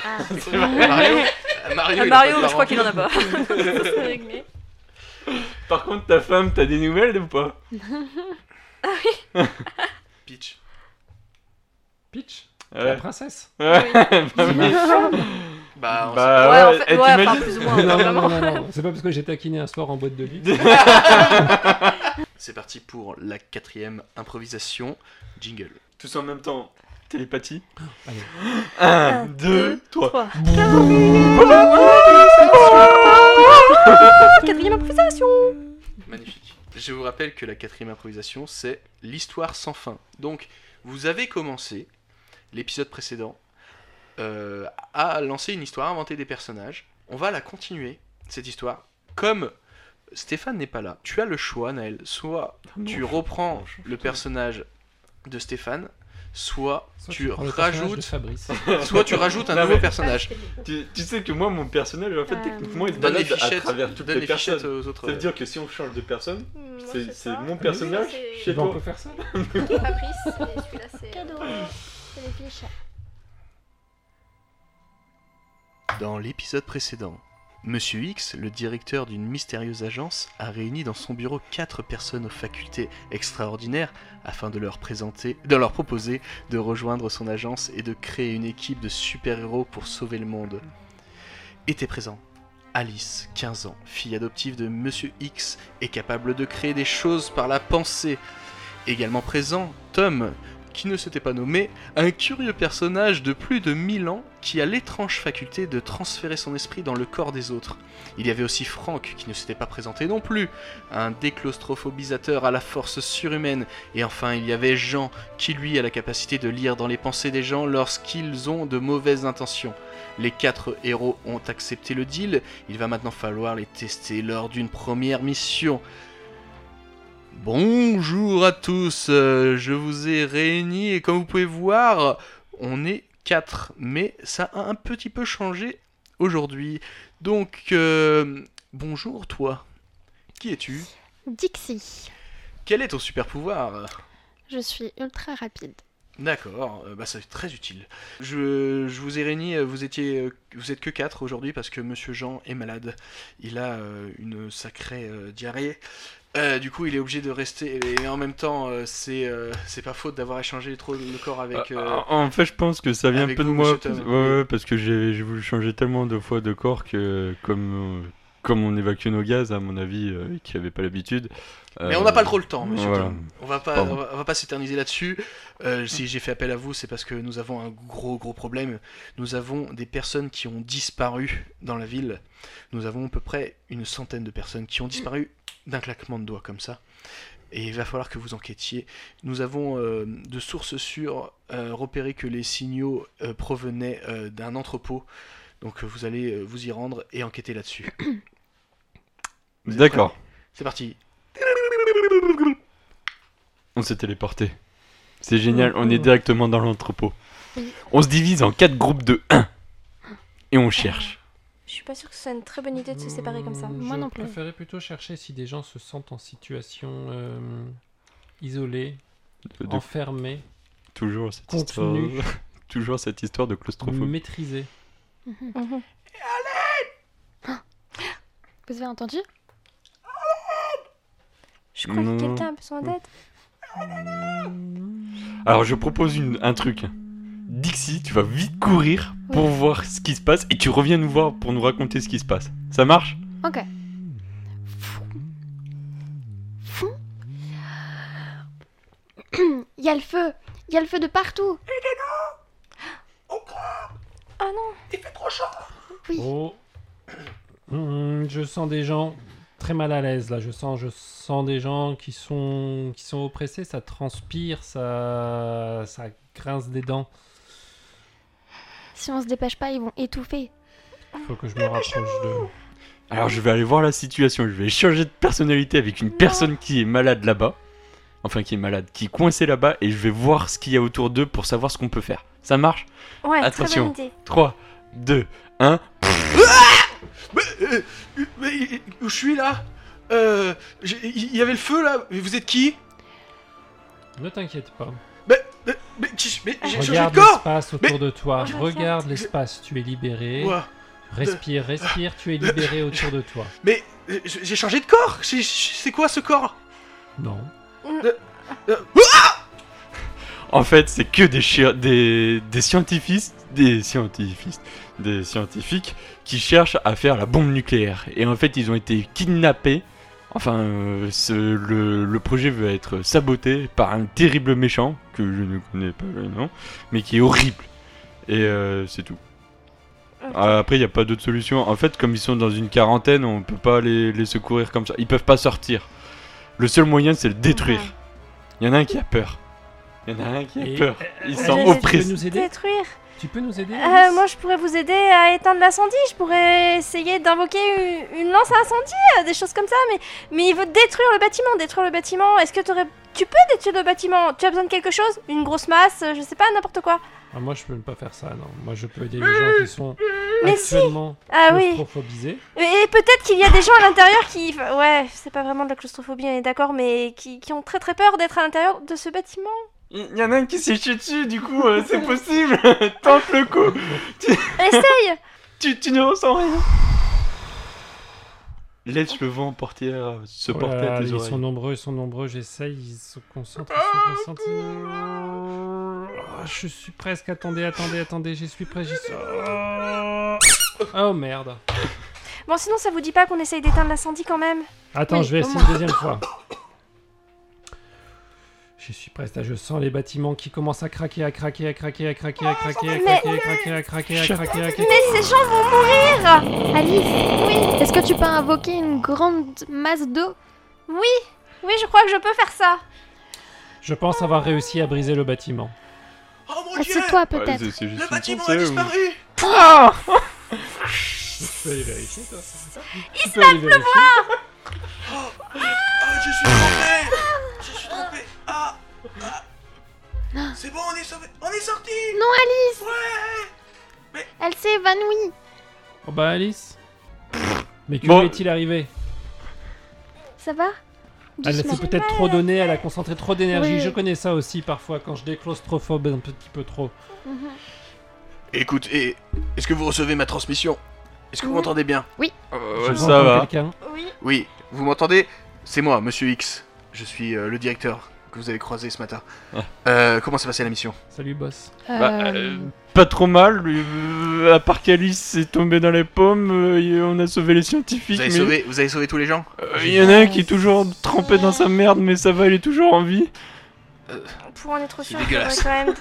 [SPEAKER 4] Euh, Mario,
[SPEAKER 5] Ah,
[SPEAKER 4] il a
[SPEAKER 5] Mario,
[SPEAKER 4] pas de
[SPEAKER 5] je
[SPEAKER 4] parents.
[SPEAKER 5] crois qu'il en a pas. Ça serait réglé.
[SPEAKER 8] Par contre, ta femme, t'as des nouvelles ou pas
[SPEAKER 4] Peach.
[SPEAKER 7] Peach La
[SPEAKER 8] [laughs] Ouais.
[SPEAKER 7] princesse
[SPEAKER 8] Euh, bah, Ouais.
[SPEAKER 7] C'est ma femme.
[SPEAKER 4] Bah, on
[SPEAKER 8] Bah
[SPEAKER 5] ouais, en
[SPEAKER 8] ouais.
[SPEAKER 5] fait, [laughs]
[SPEAKER 8] eh,
[SPEAKER 5] ouais, enfin,
[SPEAKER 8] t'imagines
[SPEAKER 5] plus ou
[SPEAKER 7] Non,
[SPEAKER 5] moins.
[SPEAKER 7] non,
[SPEAKER 5] vraiment.
[SPEAKER 7] non, non, non, c'est pas parce que j'ai taquiné un soir en boîte de lit.
[SPEAKER 4] sait- C'est parti pour la quatrième improvisation. Jingle.
[SPEAKER 8] Tous en même temps. Télépathie.
[SPEAKER 4] Ah,
[SPEAKER 7] Allez.
[SPEAKER 8] 1, 2, 3.
[SPEAKER 5] Trois. Quatrième improvisation
[SPEAKER 4] Magnifique. Je vous rappelle que la quatrième improvisation, c'est l'histoire sans fin. Donc, vous avez commencé l'épisode précédent euh, à lancer une histoire, à inventer des personnages. On va la continuer, cette histoire. Comme Stéphane n'est pas là, tu as le choix, Naël. Soit
[SPEAKER 7] Ah
[SPEAKER 4] tu reprends le personnage de Stéphane, soit,
[SPEAKER 7] Soit
[SPEAKER 4] tu
[SPEAKER 7] prends le personnage de
[SPEAKER 4] rajoutes,
[SPEAKER 7] Fabrice.
[SPEAKER 4] soit tu rajoutes un
[SPEAKER 8] Non,
[SPEAKER 4] nouveau
[SPEAKER 8] mais-
[SPEAKER 7] [laughs]
[SPEAKER 4] personnage.
[SPEAKER 8] Tu, tu sais que moi, mon personnage, en fait,
[SPEAKER 6] Euh,
[SPEAKER 8] techniquement, il se
[SPEAKER 4] Donne les
[SPEAKER 8] balade à
[SPEAKER 4] fichettes,
[SPEAKER 8] travers toutes
[SPEAKER 4] donne
[SPEAKER 8] les
[SPEAKER 4] les fichettes
[SPEAKER 8] personnes.
[SPEAKER 4] aux autres.
[SPEAKER 8] Ça veut dire que si on change de personne,
[SPEAKER 5] Hmm,
[SPEAKER 8] c'est c'est mon
[SPEAKER 7] oui,
[SPEAKER 8] personnage
[SPEAKER 5] c'est-
[SPEAKER 8] chez
[SPEAKER 7] Bah, on
[SPEAKER 8] toi.
[SPEAKER 7] peut faire ça
[SPEAKER 5] Fabrice, et celui-là, c'est. euh,
[SPEAKER 6] Cadeau. C'est les fiches.
[SPEAKER 4] Dans l'épisode précédent, Monsieur X, le directeur d'une mystérieuse agence, a réuni dans son bureau quatre personnes aux facultés extraordinaires afin de leur présenter, de leur proposer de rejoindre son agence et de créer une équipe de super-héros pour sauver le monde. Était présent Alice, 15 ans, fille adoptive de Monsieur X et capable de créer des choses par la pensée. Également présent Tom, qui ne s'était pas nommé, un curieux personnage de plus de 1000 ans qui a l'étrange faculté de transférer son esprit dans le corps des autres. Il y avait aussi Franck qui ne s'était pas présenté non plus, un déclaustrophobisateur à la force surhumaine, et enfin il y avait Jean qui lui a la capacité de lire dans les pensées des gens lorsqu'ils ont de mauvaises intentions. Les quatre héros ont accepté le deal, il va maintenant falloir les tester lors d'une première mission. Bonjour à tous, euh, je vous ai réunis et comme vous pouvez voir, on est 4, mais ça a un petit peu changé aujourd'hui. Donc, euh, bonjour toi. Qui es-tu
[SPEAKER 6] Dixie.
[SPEAKER 4] Quel est ton super pouvoir
[SPEAKER 6] Je suis ultra rapide.
[SPEAKER 4] D'accord, euh, bah ça c'est très utile. Je, je vous ai réunis, euh, vous étiez, euh, vous êtes que 4 aujourd'hui parce que Monsieur Jean est malade. Il a euh, une sacrée euh, diarrhée. Euh, du coup, il est obligé de rester. Et en même temps, euh, c'est euh, c'est pas faute d'avoir échangé trop le corps avec. euh,
[SPEAKER 8] Ah, En fait, je pense que ça vient un
[SPEAKER 4] avec
[SPEAKER 8] peu de
[SPEAKER 4] vous,
[SPEAKER 8] moi.
[SPEAKER 4] monsieur Tom.
[SPEAKER 8] Ouais, ouais, parce que j'ai j'ai voulu changer tellement de fois de corps que, comme, euh, comme on évacue nos gaz, à mon avis, euh, qui n'avaient pas l'habitude.
[SPEAKER 4] Mais
[SPEAKER 8] euh,
[SPEAKER 4] on n'a pas trop le temps, monsieur.
[SPEAKER 8] voilà.
[SPEAKER 4] Tom. On va pas,
[SPEAKER 8] Pardon.
[SPEAKER 4] on va, on va pas s'éterniser là-dessus. Euh, si j'ai fait appel à vous, c'est parce que nous avons un gros gros problème. Nous avons des personnes qui ont disparu dans la ville. Nous avons à peu près une centaine de personnes qui ont disparu d'un claquement de doigts comme ça. Et il va falloir que vous enquêtiez. Nous avons euh, de sources sûres euh, repéré que les signaux euh, provenaient euh, d'un entrepôt. Donc euh, vous allez euh, vous y rendre et enquêter là-dessus. Vous êtes
[SPEAKER 8] D'accord,
[SPEAKER 4] prêts C'est parti.
[SPEAKER 8] on s'est téléporté. C'est génial, on
[SPEAKER 7] Oh.
[SPEAKER 8] est directement dans l'entrepôt. On se divise en quatre groupes de 1 et on cherche.
[SPEAKER 5] Je suis pas sûre que ce soit une très bonne idée de se séparer comme ça.
[SPEAKER 7] Hmm,
[SPEAKER 6] Moi
[SPEAKER 7] je
[SPEAKER 6] non plus.
[SPEAKER 7] préférais plutôt chercher si des gens se sentent en situation euh, isolée,
[SPEAKER 5] Ah.
[SPEAKER 8] De- de-
[SPEAKER 7] enfermée,
[SPEAKER 8] toujours cette
[SPEAKER 7] Contenu.
[SPEAKER 8] histoire. [laughs] toujours cette histoire de claustrophobie.
[SPEAKER 7] maîtrisée.
[SPEAKER 5] Mhm.
[SPEAKER 6] Vous avez entendu
[SPEAKER 5] Je crois
[SPEAKER 8] Non.
[SPEAKER 5] que quelqu'un a besoin d'aide.
[SPEAKER 8] Alors je propose une- un truc. Dixie, tu vas vite courir pour voir ce qui se passe et tu reviens nous voir pour nous raconter ce qui se passe. Ça marche
[SPEAKER 6] Ok. [clears throat] Il y a le feu Il y a le feu de partout
[SPEAKER 5] Ah non
[SPEAKER 7] Oh. Hmm, je sens des gens très mal à l'aise là. Je sens, je sens des gens qui sont, qui sont oppressés. Ça transpire, ça, ça grince des dents.
[SPEAKER 6] Si on se dépêche pas, ils vont étouffer.
[SPEAKER 7] Faut que je me rapproche de.
[SPEAKER 8] Alors je vais aller voir la situation, je vais changer de personnalité avec une personne qui est malade là-bas. Enfin qui est malade, qui est coincée là-bas et je vais voir ce qu'il y a autour d'eux pour savoir ce qu'on peut faire. Ça marche
[SPEAKER 5] Ouais, très
[SPEAKER 8] Attention.
[SPEAKER 5] bonne idée.
[SPEAKER 8] 3, 2, 1.
[SPEAKER 4] Mais, euh, mais, euh, où je suis là Euh, j'ai- Il y avait le feu là Mais vous êtes qui
[SPEAKER 7] Ne t'inquiète pas.
[SPEAKER 4] Mais, mais, mais, qui- mais j'ai changé de
[SPEAKER 7] Regarde
[SPEAKER 4] corps
[SPEAKER 7] l'espace autour de toi.
[SPEAKER 5] Je
[SPEAKER 7] Regarde l'espace. Tu es libéré.
[SPEAKER 4] Ouah,
[SPEAKER 7] Respire, respire. Tu es libéré autour de toi.
[SPEAKER 4] Mais euh, j'ai j'ai changé de corps J'ai- j'ai- C'est quoi ce corps
[SPEAKER 7] Non.
[SPEAKER 4] Euh,
[SPEAKER 8] En fait, c'est que des, chi- des, des scientifiques, des scientifiques, des scientifiques qui cherchent à faire la bombe nucléaire. Et en fait, ils ont été kidnappés. Enfin, euh, ce- le, le projet veut être saboté par un terrible méchant que je ne connais pas le nom, mais qui est horrible. Et euh, c'est tout.
[SPEAKER 5] Ok.
[SPEAKER 8] Ah, Après, il n'y a pas d'autre solution. En fait, comme ils sont dans une quarantaine, on peut pas les, les secourir comme ça. Ils peuvent pas sortir. Le seul moyen, c'est de le détruire. Il y en a un qui a peur. Il y en a un qui a
[SPEAKER 7] Et-
[SPEAKER 8] peur. Ils
[SPEAKER 7] Alice,
[SPEAKER 8] sont
[SPEAKER 5] Alice,
[SPEAKER 7] Tu peux
[SPEAKER 8] oppressés.
[SPEAKER 7] nous aider
[SPEAKER 5] Détruire
[SPEAKER 7] Tu peux nous aider
[SPEAKER 5] Euh,
[SPEAKER 7] Alice
[SPEAKER 5] Moi, je pourrais vous aider à éteindre l'incendie. Je pourrais essayer d'invoquer une- une, lance à incendie, euh, des choses comme ça. Mais, mais il veut détruire le bâtiment. Détruire le bâtiment. Est-ce que t'aurais- tu peux détruire le bâtiment Tu as besoin de quelque chose Une grosse masse euh, Je sais pas, n'importe quoi.
[SPEAKER 7] Ah, moi, je peux pas faire ça, non. Moi, je peux aider les gens qui sont
[SPEAKER 5] Mais si
[SPEAKER 7] actuellement
[SPEAKER 5] Ah oui.
[SPEAKER 7] claustrophobisés.
[SPEAKER 5] Et et peut-être qu'il y a des gens à l'intérieur qui. Ouais, c'est pas vraiment de la claustrophobie, on est d'accord, mais qui, qui ont très très peur d'être à l'intérieur de ce bâtiment.
[SPEAKER 8] Il y en a un qui s'est chié dessus, du coup, euh, c'est possible. [laughs] Tente le coup.
[SPEAKER 5] Essaye
[SPEAKER 8] Tu, tu ne ressens rien. Laisse le vent porter, euh, se
[SPEAKER 7] Oh là
[SPEAKER 8] porter
[SPEAKER 7] là,
[SPEAKER 8] à tes
[SPEAKER 7] ils
[SPEAKER 8] oreilles.
[SPEAKER 7] sont nombreux, ils sont nombreux, j'essaye, ils se concentrent, ils se concentrent. Ah, je suis presque, attendez, attendez, attendez, j'y suis presque, j'y suis... Oh, Oh, merde.
[SPEAKER 5] Bon, sinon, ça vous dit pas qu'on essaye d'éteindre l'incendie quand même
[SPEAKER 7] Attends,
[SPEAKER 6] Oui,
[SPEAKER 7] je vais
[SPEAKER 6] au
[SPEAKER 7] essayer
[SPEAKER 6] moins.
[SPEAKER 7] une deuxième fois. Je suis presque, là, je sens les bâtiments qui commencent à craquer, à craquer, à craquer, à craquer, à craquer, à
[SPEAKER 5] Mais-
[SPEAKER 7] craquer, à craquer, à craquer, à craquer, à craquer.
[SPEAKER 5] Mais ces gens vont mourir
[SPEAKER 6] Alice, oui. est-ce que tu peux invoquer une grande masse d'eau
[SPEAKER 5] Oui, oui, je crois que je peux faire ça.
[SPEAKER 7] Je pense avoir réussi à briser le bâtiment.
[SPEAKER 4] Oh mon
[SPEAKER 6] Ah,
[SPEAKER 4] dieu
[SPEAKER 6] C'est toi
[SPEAKER 8] Ouais,
[SPEAKER 6] peut-être
[SPEAKER 8] Bah, c'est- c'est juste
[SPEAKER 4] Le
[SPEAKER 8] une
[SPEAKER 4] bâtiment a
[SPEAKER 8] pensée, ou-
[SPEAKER 4] disparu
[SPEAKER 7] Tu peux aller vérifier, toi Tu peux aller vérifier.
[SPEAKER 4] Oh, je suis trempé Je suis trempé Ah, ah. C'est bon, on est sauvé On est sorti
[SPEAKER 6] Non Alice
[SPEAKER 4] Ouais
[SPEAKER 6] Elle s'est évanouie
[SPEAKER 7] Oh bah Alice Mais que
[SPEAKER 8] Bon.
[SPEAKER 7] lui est-il arrivé
[SPEAKER 6] Ça va
[SPEAKER 7] Elle s'est
[SPEAKER 6] Doucement.
[SPEAKER 7] peut-être trop donnée, elle a concentré trop d'énergie.
[SPEAKER 6] Oui.
[SPEAKER 7] Je connais ça aussi parfois quand je déclaustrophobe un petit peu trop.
[SPEAKER 6] Mhm.
[SPEAKER 4] Écoute, et- est-ce que vous recevez ma transmission Est-ce que vous
[SPEAKER 6] Oui.
[SPEAKER 4] m'entendez bien
[SPEAKER 8] Euh,
[SPEAKER 7] Je
[SPEAKER 8] ouais,
[SPEAKER 7] sens
[SPEAKER 8] ça
[SPEAKER 7] comme
[SPEAKER 8] va.
[SPEAKER 7] quelqu'un.
[SPEAKER 5] Oui.
[SPEAKER 4] Oui, vous m'entendez C'est moi, Monsieur X. Je suis euh, le directeur que vous avez croisé ce matin.
[SPEAKER 8] Ah.
[SPEAKER 4] Euh, comment s'est passée la mission
[SPEAKER 7] Salut, boss.
[SPEAKER 8] Bah, euh, pas trop mal, euh, à part qu'Alice est tombée dans les pommes, euh, et on a sauvé les scientifiques,
[SPEAKER 4] vous avez,
[SPEAKER 8] mais
[SPEAKER 4] sauvé, vous avez sauvé tous les gens
[SPEAKER 8] euh, il y en a un qui est toujours trempé dans sa merde, mais ça va, il est toujours en vie.
[SPEAKER 5] Pour en être
[SPEAKER 4] C'est
[SPEAKER 5] sûr, il faudrait
[SPEAKER 4] dégueulasse.
[SPEAKER 5] quand même.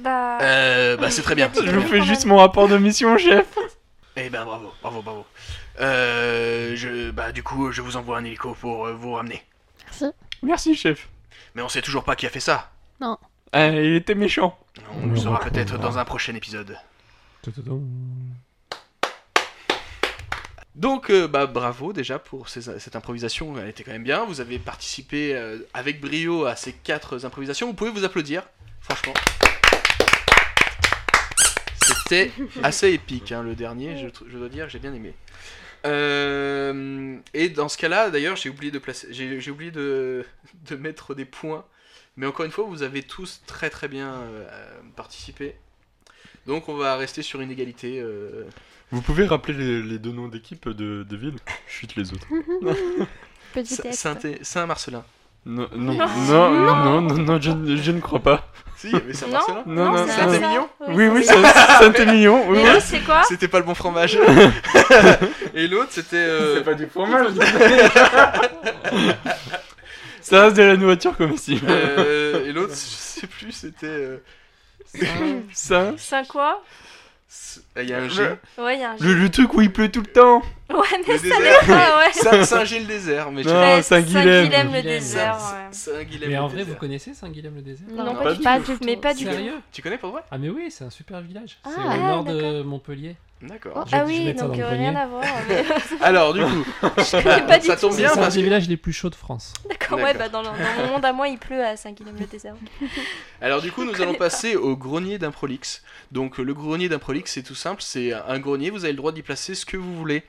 [SPEAKER 5] bah.
[SPEAKER 4] euh, Bah c'est très bien.
[SPEAKER 8] Je vous fais juste mon rapport de mission, chef.
[SPEAKER 4] Eh ben bravo, bravo, bravo. Euh, je, bah du coup, je vous envoie un hélico pour euh, vous ramener.
[SPEAKER 6] Merci.
[SPEAKER 8] Merci, chef.
[SPEAKER 4] Mais on sait toujours pas qui a fait ça.
[SPEAKER 8] Ah, il était méchant.
[SPEAKER 4] On
[SPEAKER 7] On
[SPEAKER 4] le
[SPEAKER 7] le
[SPEAKER 4] saura
[SPEAKER 7] retrouvera.
[SPEAKER 4] peut-être dans un prochain épisode. Donc, euh, bah, bravo déjà pour ces- cette improvisation, elle était quand même bien. Vous avez participé euh, avec brio à ces quatre improvisations. Vous pouvez vous applaudir, franchement. C'était assez épique, hein, le dernier, je, tr- je dois dire, j'ai bien aimé. Euh, et dans ce cas-là, d'ailleurs, j'ai oublié de placer, j'ai j'ai oublié de, de mettre des points. Mais encore une fois, vous avez tous très très bien euh, participé. Donc, on va rester sur une égalité. euh,
[SPEAKER 8] Vous pouvez rappeler les, les deux noms d'équipe de, de ville Chute les autres.
[SPEAKER 6] Petit
[SPEAKER 4] Sa-
[SPEAKER 6] test.
[SPEAKER 4] Saint- Saint-Marcelin.
[SPEAKER 8] Non, non, non, non, non, non, je, ne- je ne crois pas.
[SPEAKER 4] Si, mais c'est Marcelin.
[SPEAKER 8] Non,
[SPEAKER 5] c'est
[SPEAKER 8] non, non.
[SPEAKER 5] ça.
[SPEAKER 4] Saint-Émilion
[SPEAKER 8] Oui, oui,
[SPEAKER 5] c'est
[SPEAKER 8] c'est Saint-Émilion, oui.
[SPEAKER 5] Mais l'autre, c'est quoi
[SPEAKER 4] C'était pas le bon
[SPEAKER 8] [laughs]
[SPEAKER 4] fromage. Et l'autre, c'était. euh,
[SPEAKER 8] pas du fromage. Ça reste de la nourriture comme ici.
[SPEAKER 4] euh, et l'autre, je sais plus, c'était. euh,
[SPEAKER 8] Ça,
[SPEAKER 5] C'est quoi
[SPEAKER 4] s- ah, Il y a un
[SPEAKER 8] Le-
[SPEAKER 4] G.
[SPEAKER 5] Ouais, il y a un
[SPEAKER 8] le,
[SPEAKER 5] jeu.
[SPEAKER 8] le truc où il pleut tout le temps.
[SPEAKER 5] Ouais, mais
[SPEAKER 4] Le
[SPEAKER 5] ça
[SPEAKER 4] désert.
[SPEAKER 5] n'est pas, ouais.
[SPEAKER 4] Saint- Saint-Gilles-Désert, mais je-
[SPEAKER 8] Non,
[SPEAKER 5] Ouais,
[SPEAKER 8] Saint-Guilhem.
[SPEAKER 5] Saint-Guilhem, le
[SPEAKER 7] Saint-Guilhem.
[SPEAKER 5] désert.
[SPEAKER 4] Saint-
[SPEAKER 5] ouais.
[SPEAKER 4] Saint-Guilhem.
[SPEAKER 7] Mais en vrai,
[SPEAKER 4] Désert.
[SPEAKER 7] vous connaissez Saint-Guilhem-le-Désert
[SPEAKER 5] Non,
[SPEAKER 6] Non,
[SPEAKER 5] pas, du
[SPEAKER 6] pas
[SPEAKER 5] tout.
[SPEAKER 6] du tout.
[SPEAKER 5] Mais pas du tout.
[SPEAKER 7] Sérieux
[SPEAKER 4] Tu connais pour vrai
[SPEAKER 7] Ah, mais oui, c'est un super village. c'est
[SPEAKER 6] Ah,
[SPEAKER 7] au nord de
[SPEAKER 6] d'accord.
[SPEAKER 7] Montpellier.
[SPEAKER 4] D'accord.
[SPEAKER 7] J'ai
[SPEAKER 5] Ah
[SPEAKER 7] dû
[SPEAKER 5] oui,
[SPEAKER 7] mettre ça
[SPEAKER 5] donc
[SPEAKER 7] dans
[SPEAKER 5] euh,
[SPEAKER 7] le
[SPEAKER 5] rien
[SPEAKER 7] grenier.
[SPEAKER 5] à voir. Mais...
[SPEAKER 4] Alors, du
[SPEAKER 5] [laughs]
[SPEAKER 4] coup,
[SPEAKER 5] Oh. connais pas du
[SPEAKER 4] ça
[SPEAKER 5] tout.
[SPEAKER 4] tombe
[SPEAKER 7] C'est
[SPEAKER 4] bien
[SPEAKER 7] un
[SPEAKER 4] parce
[SPEAKER 7] des
[SPEAKER 4] que.
[SPEAKER 7] villages les plus chauds de France.
[SPEAKER 5] D'accord, ouais,
[SPEAKER 4] D'accord.
[SPEAKER 5] bah dans, le- dans mon monde à moi, il pleut à 5 km le
[SPEAKER 8] [laughs]
[SPEAKER 5] désert.
[SPEAKER 4] Alors du coup, nous
[SPEAKER 5] connais
[SPEAKER 4] allons
[SPEAKER 5] pas.
[SPEAKER 4] passer au grenier d'Improlix. Donc le grenier d'Improlix, c'est tout simple, c'est un grenier, vous avez le droit d'y placer ce que vous voulez.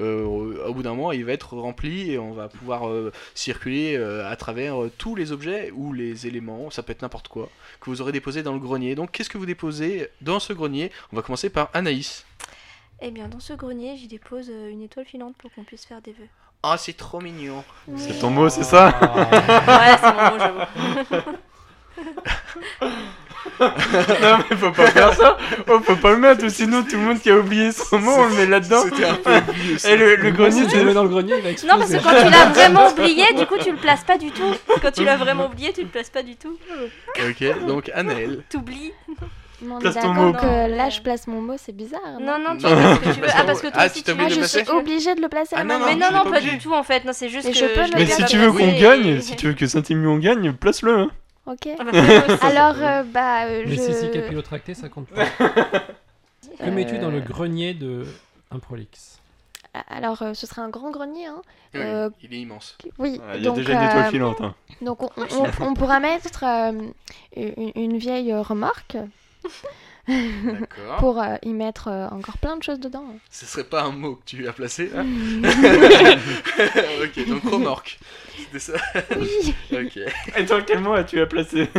[SPEAKER 4] Euh, au bout d'un moment, il va être rempli et on va pouvoir euh, circuler euh, à travers euh, tous les objets ou les éléments, ça peut être n'importe quoi, que vous aurez déposé dans le grenier. Donc qu'est-ce que vous déposez dans ce grenier On va commencer par Anaïs.
[SPEAKER 5] Eh bien, dans ce grenier, j'y dépose euh, une étoile filante pour qu'on puisse faire des vœux.
[SPEAKER 4] Ah, c'est trop mignon.
[SPEAKER 8] C'est ton mot, Oh, c'est ça
[SPEAKER 7] Ah.
[SPEAKER 5] Ouais, c'est mon mot, j'avoue.
[SPEAKER 8] Non, mais faut pas faire ça. Oh, faut pas le mettre, sinon tout le monde qui a oublié son mot, on le met là-dedans.
[SPEAKER 4] C'était un peu oublié, ça.
[SPEAKER 8] Et Eh, le, [laughs] le
[SPEAKER 7] Le
[SPEAKER 8] grenier,
[SPEAKER 7] grenier, tu
[SPEAKER 8] c'est
[SPEAKER 7] le mets dans le grenier, il va exploser.
[SPEAKER 5] Non, parce que quand tu l'as vraiment oublié, du coup, tu le places pas du tout. Quand tu l'as vraiment oublié, tu le places pas du tout.
[SPEAKER 4] Ok, donc Anaël.
[SPEAKER 5] T'oublies.
[SPEAKER 6] Mais on est
[SPEAKER 8] Place ton
[SPEAKER 6] d'accord
[SPEAKER 8] mot.
[SPEAKER 6] que là, je place mon mot, c'est bizarre.
[SPEAKER 5] Non, non, tu
[SPEAKER 4] Ah Non.
[SPEAKER 5] places ce que tu veux. Ah, parce que toi
[SPEAKER 4] Ah, tu
[SPEAKER 5] aussi,
[SPEAKER 4] t'as
[SPEAKER 5] tu
[SPEAKER 4] oublié
[SPEAKER 6] Ah,
[SPEAKER 4] de
[SPEAKER 5] veux-
[SPEAKER 6] je
[SPEAKER 4] le
[SPEAKER 6] suis
[SPEAKER 4] passer
[SPEAKER 6] obligée de le placer
[SPEAKER 4] Ah,
[SPEAKER 6] à
[SPEAKER 4] non,
[SPEAKER 6] la
[SPEAKER 4] non,
[SPEAKER 5] Mais
[SPEAKER 6] main.
[SPEAKER 5] non,
[SPEAKER 4] tu
[SPEAKER 5] non,
[SPEAKER 4] l'es
[SPEAKER 5] pas,
[SPEAKER 4] pas obligé.
[SPEAKER 5] du tout en fait. Non, c'est juste
[SPEAKER 6] Mais
[SPEAKER 5] que
[SPEAKER 6] je peux le
[SPEAKER 5] l'ai pas
[SPEAKER 8] Mais si
[SPEAKER 6] Regarde
[SPEAKER 8] tu
[SPEAKER 5] placé.
[SPEAKER 8] veux qu'on gagne, si tu veux que Saint-Émilion gagne, place-le. hein.
[SPEAKER 6] Ok.
[SPEAKER 5] Ah bah,
[SPEAKER 8] [laughs]
[SPEAKER 5] fais-le aussi.
[SPEAKER 6] Alors, euh, bah, euh,
[SPEAKER 7] [laughs] Mais
[SPEAKER 6] je.
[SPEAKER 7] si c'est capillotracté, ça compte
[SPEAKER 5] [laughs]
[SPEAKER 7] pas. Que mets-tu
[SPEAKER 5] Euh.
[SPEAKER 7] dans le grenier de Improlix
[SPEAKER 6] Alors, euh, ce sera un grand grenier, hein.
[SPEAKER 4] Oui,
[SPEAKER 6] Euh,
[SPEAKER 4] Il est immense.
[SPEAKER 6] Oui.
[SPEAKER 8] Ah, Il y a
[SPEAKER 6] donc,
[SPEAKER 8] déjà une étoile
[SPEAKER 6] euh,
[SPEAKER 8] filante. hein.
[SPEAKER 6] Donc on, on- on- on pourra mettre euh, une, une vieille euh, remorque
[SPEAKER 8] Ah.
[SPEAKER 4] D'accord.
[SPEAKER 6] pour euh, y mettre euh, encore plein de choses dedans.
[SPEAKER 4] Ce serait pas un mot que tu as placé
[SPEAKER 6] [laughs]
[SPEAKER 4] là Ok, donc remorque. C'était ça
[SPEAKER 6] Oui.
[SPEAKER 4] Ok.
[SPEAKER 8] Euh, Et toi, quel mot as-tu à placer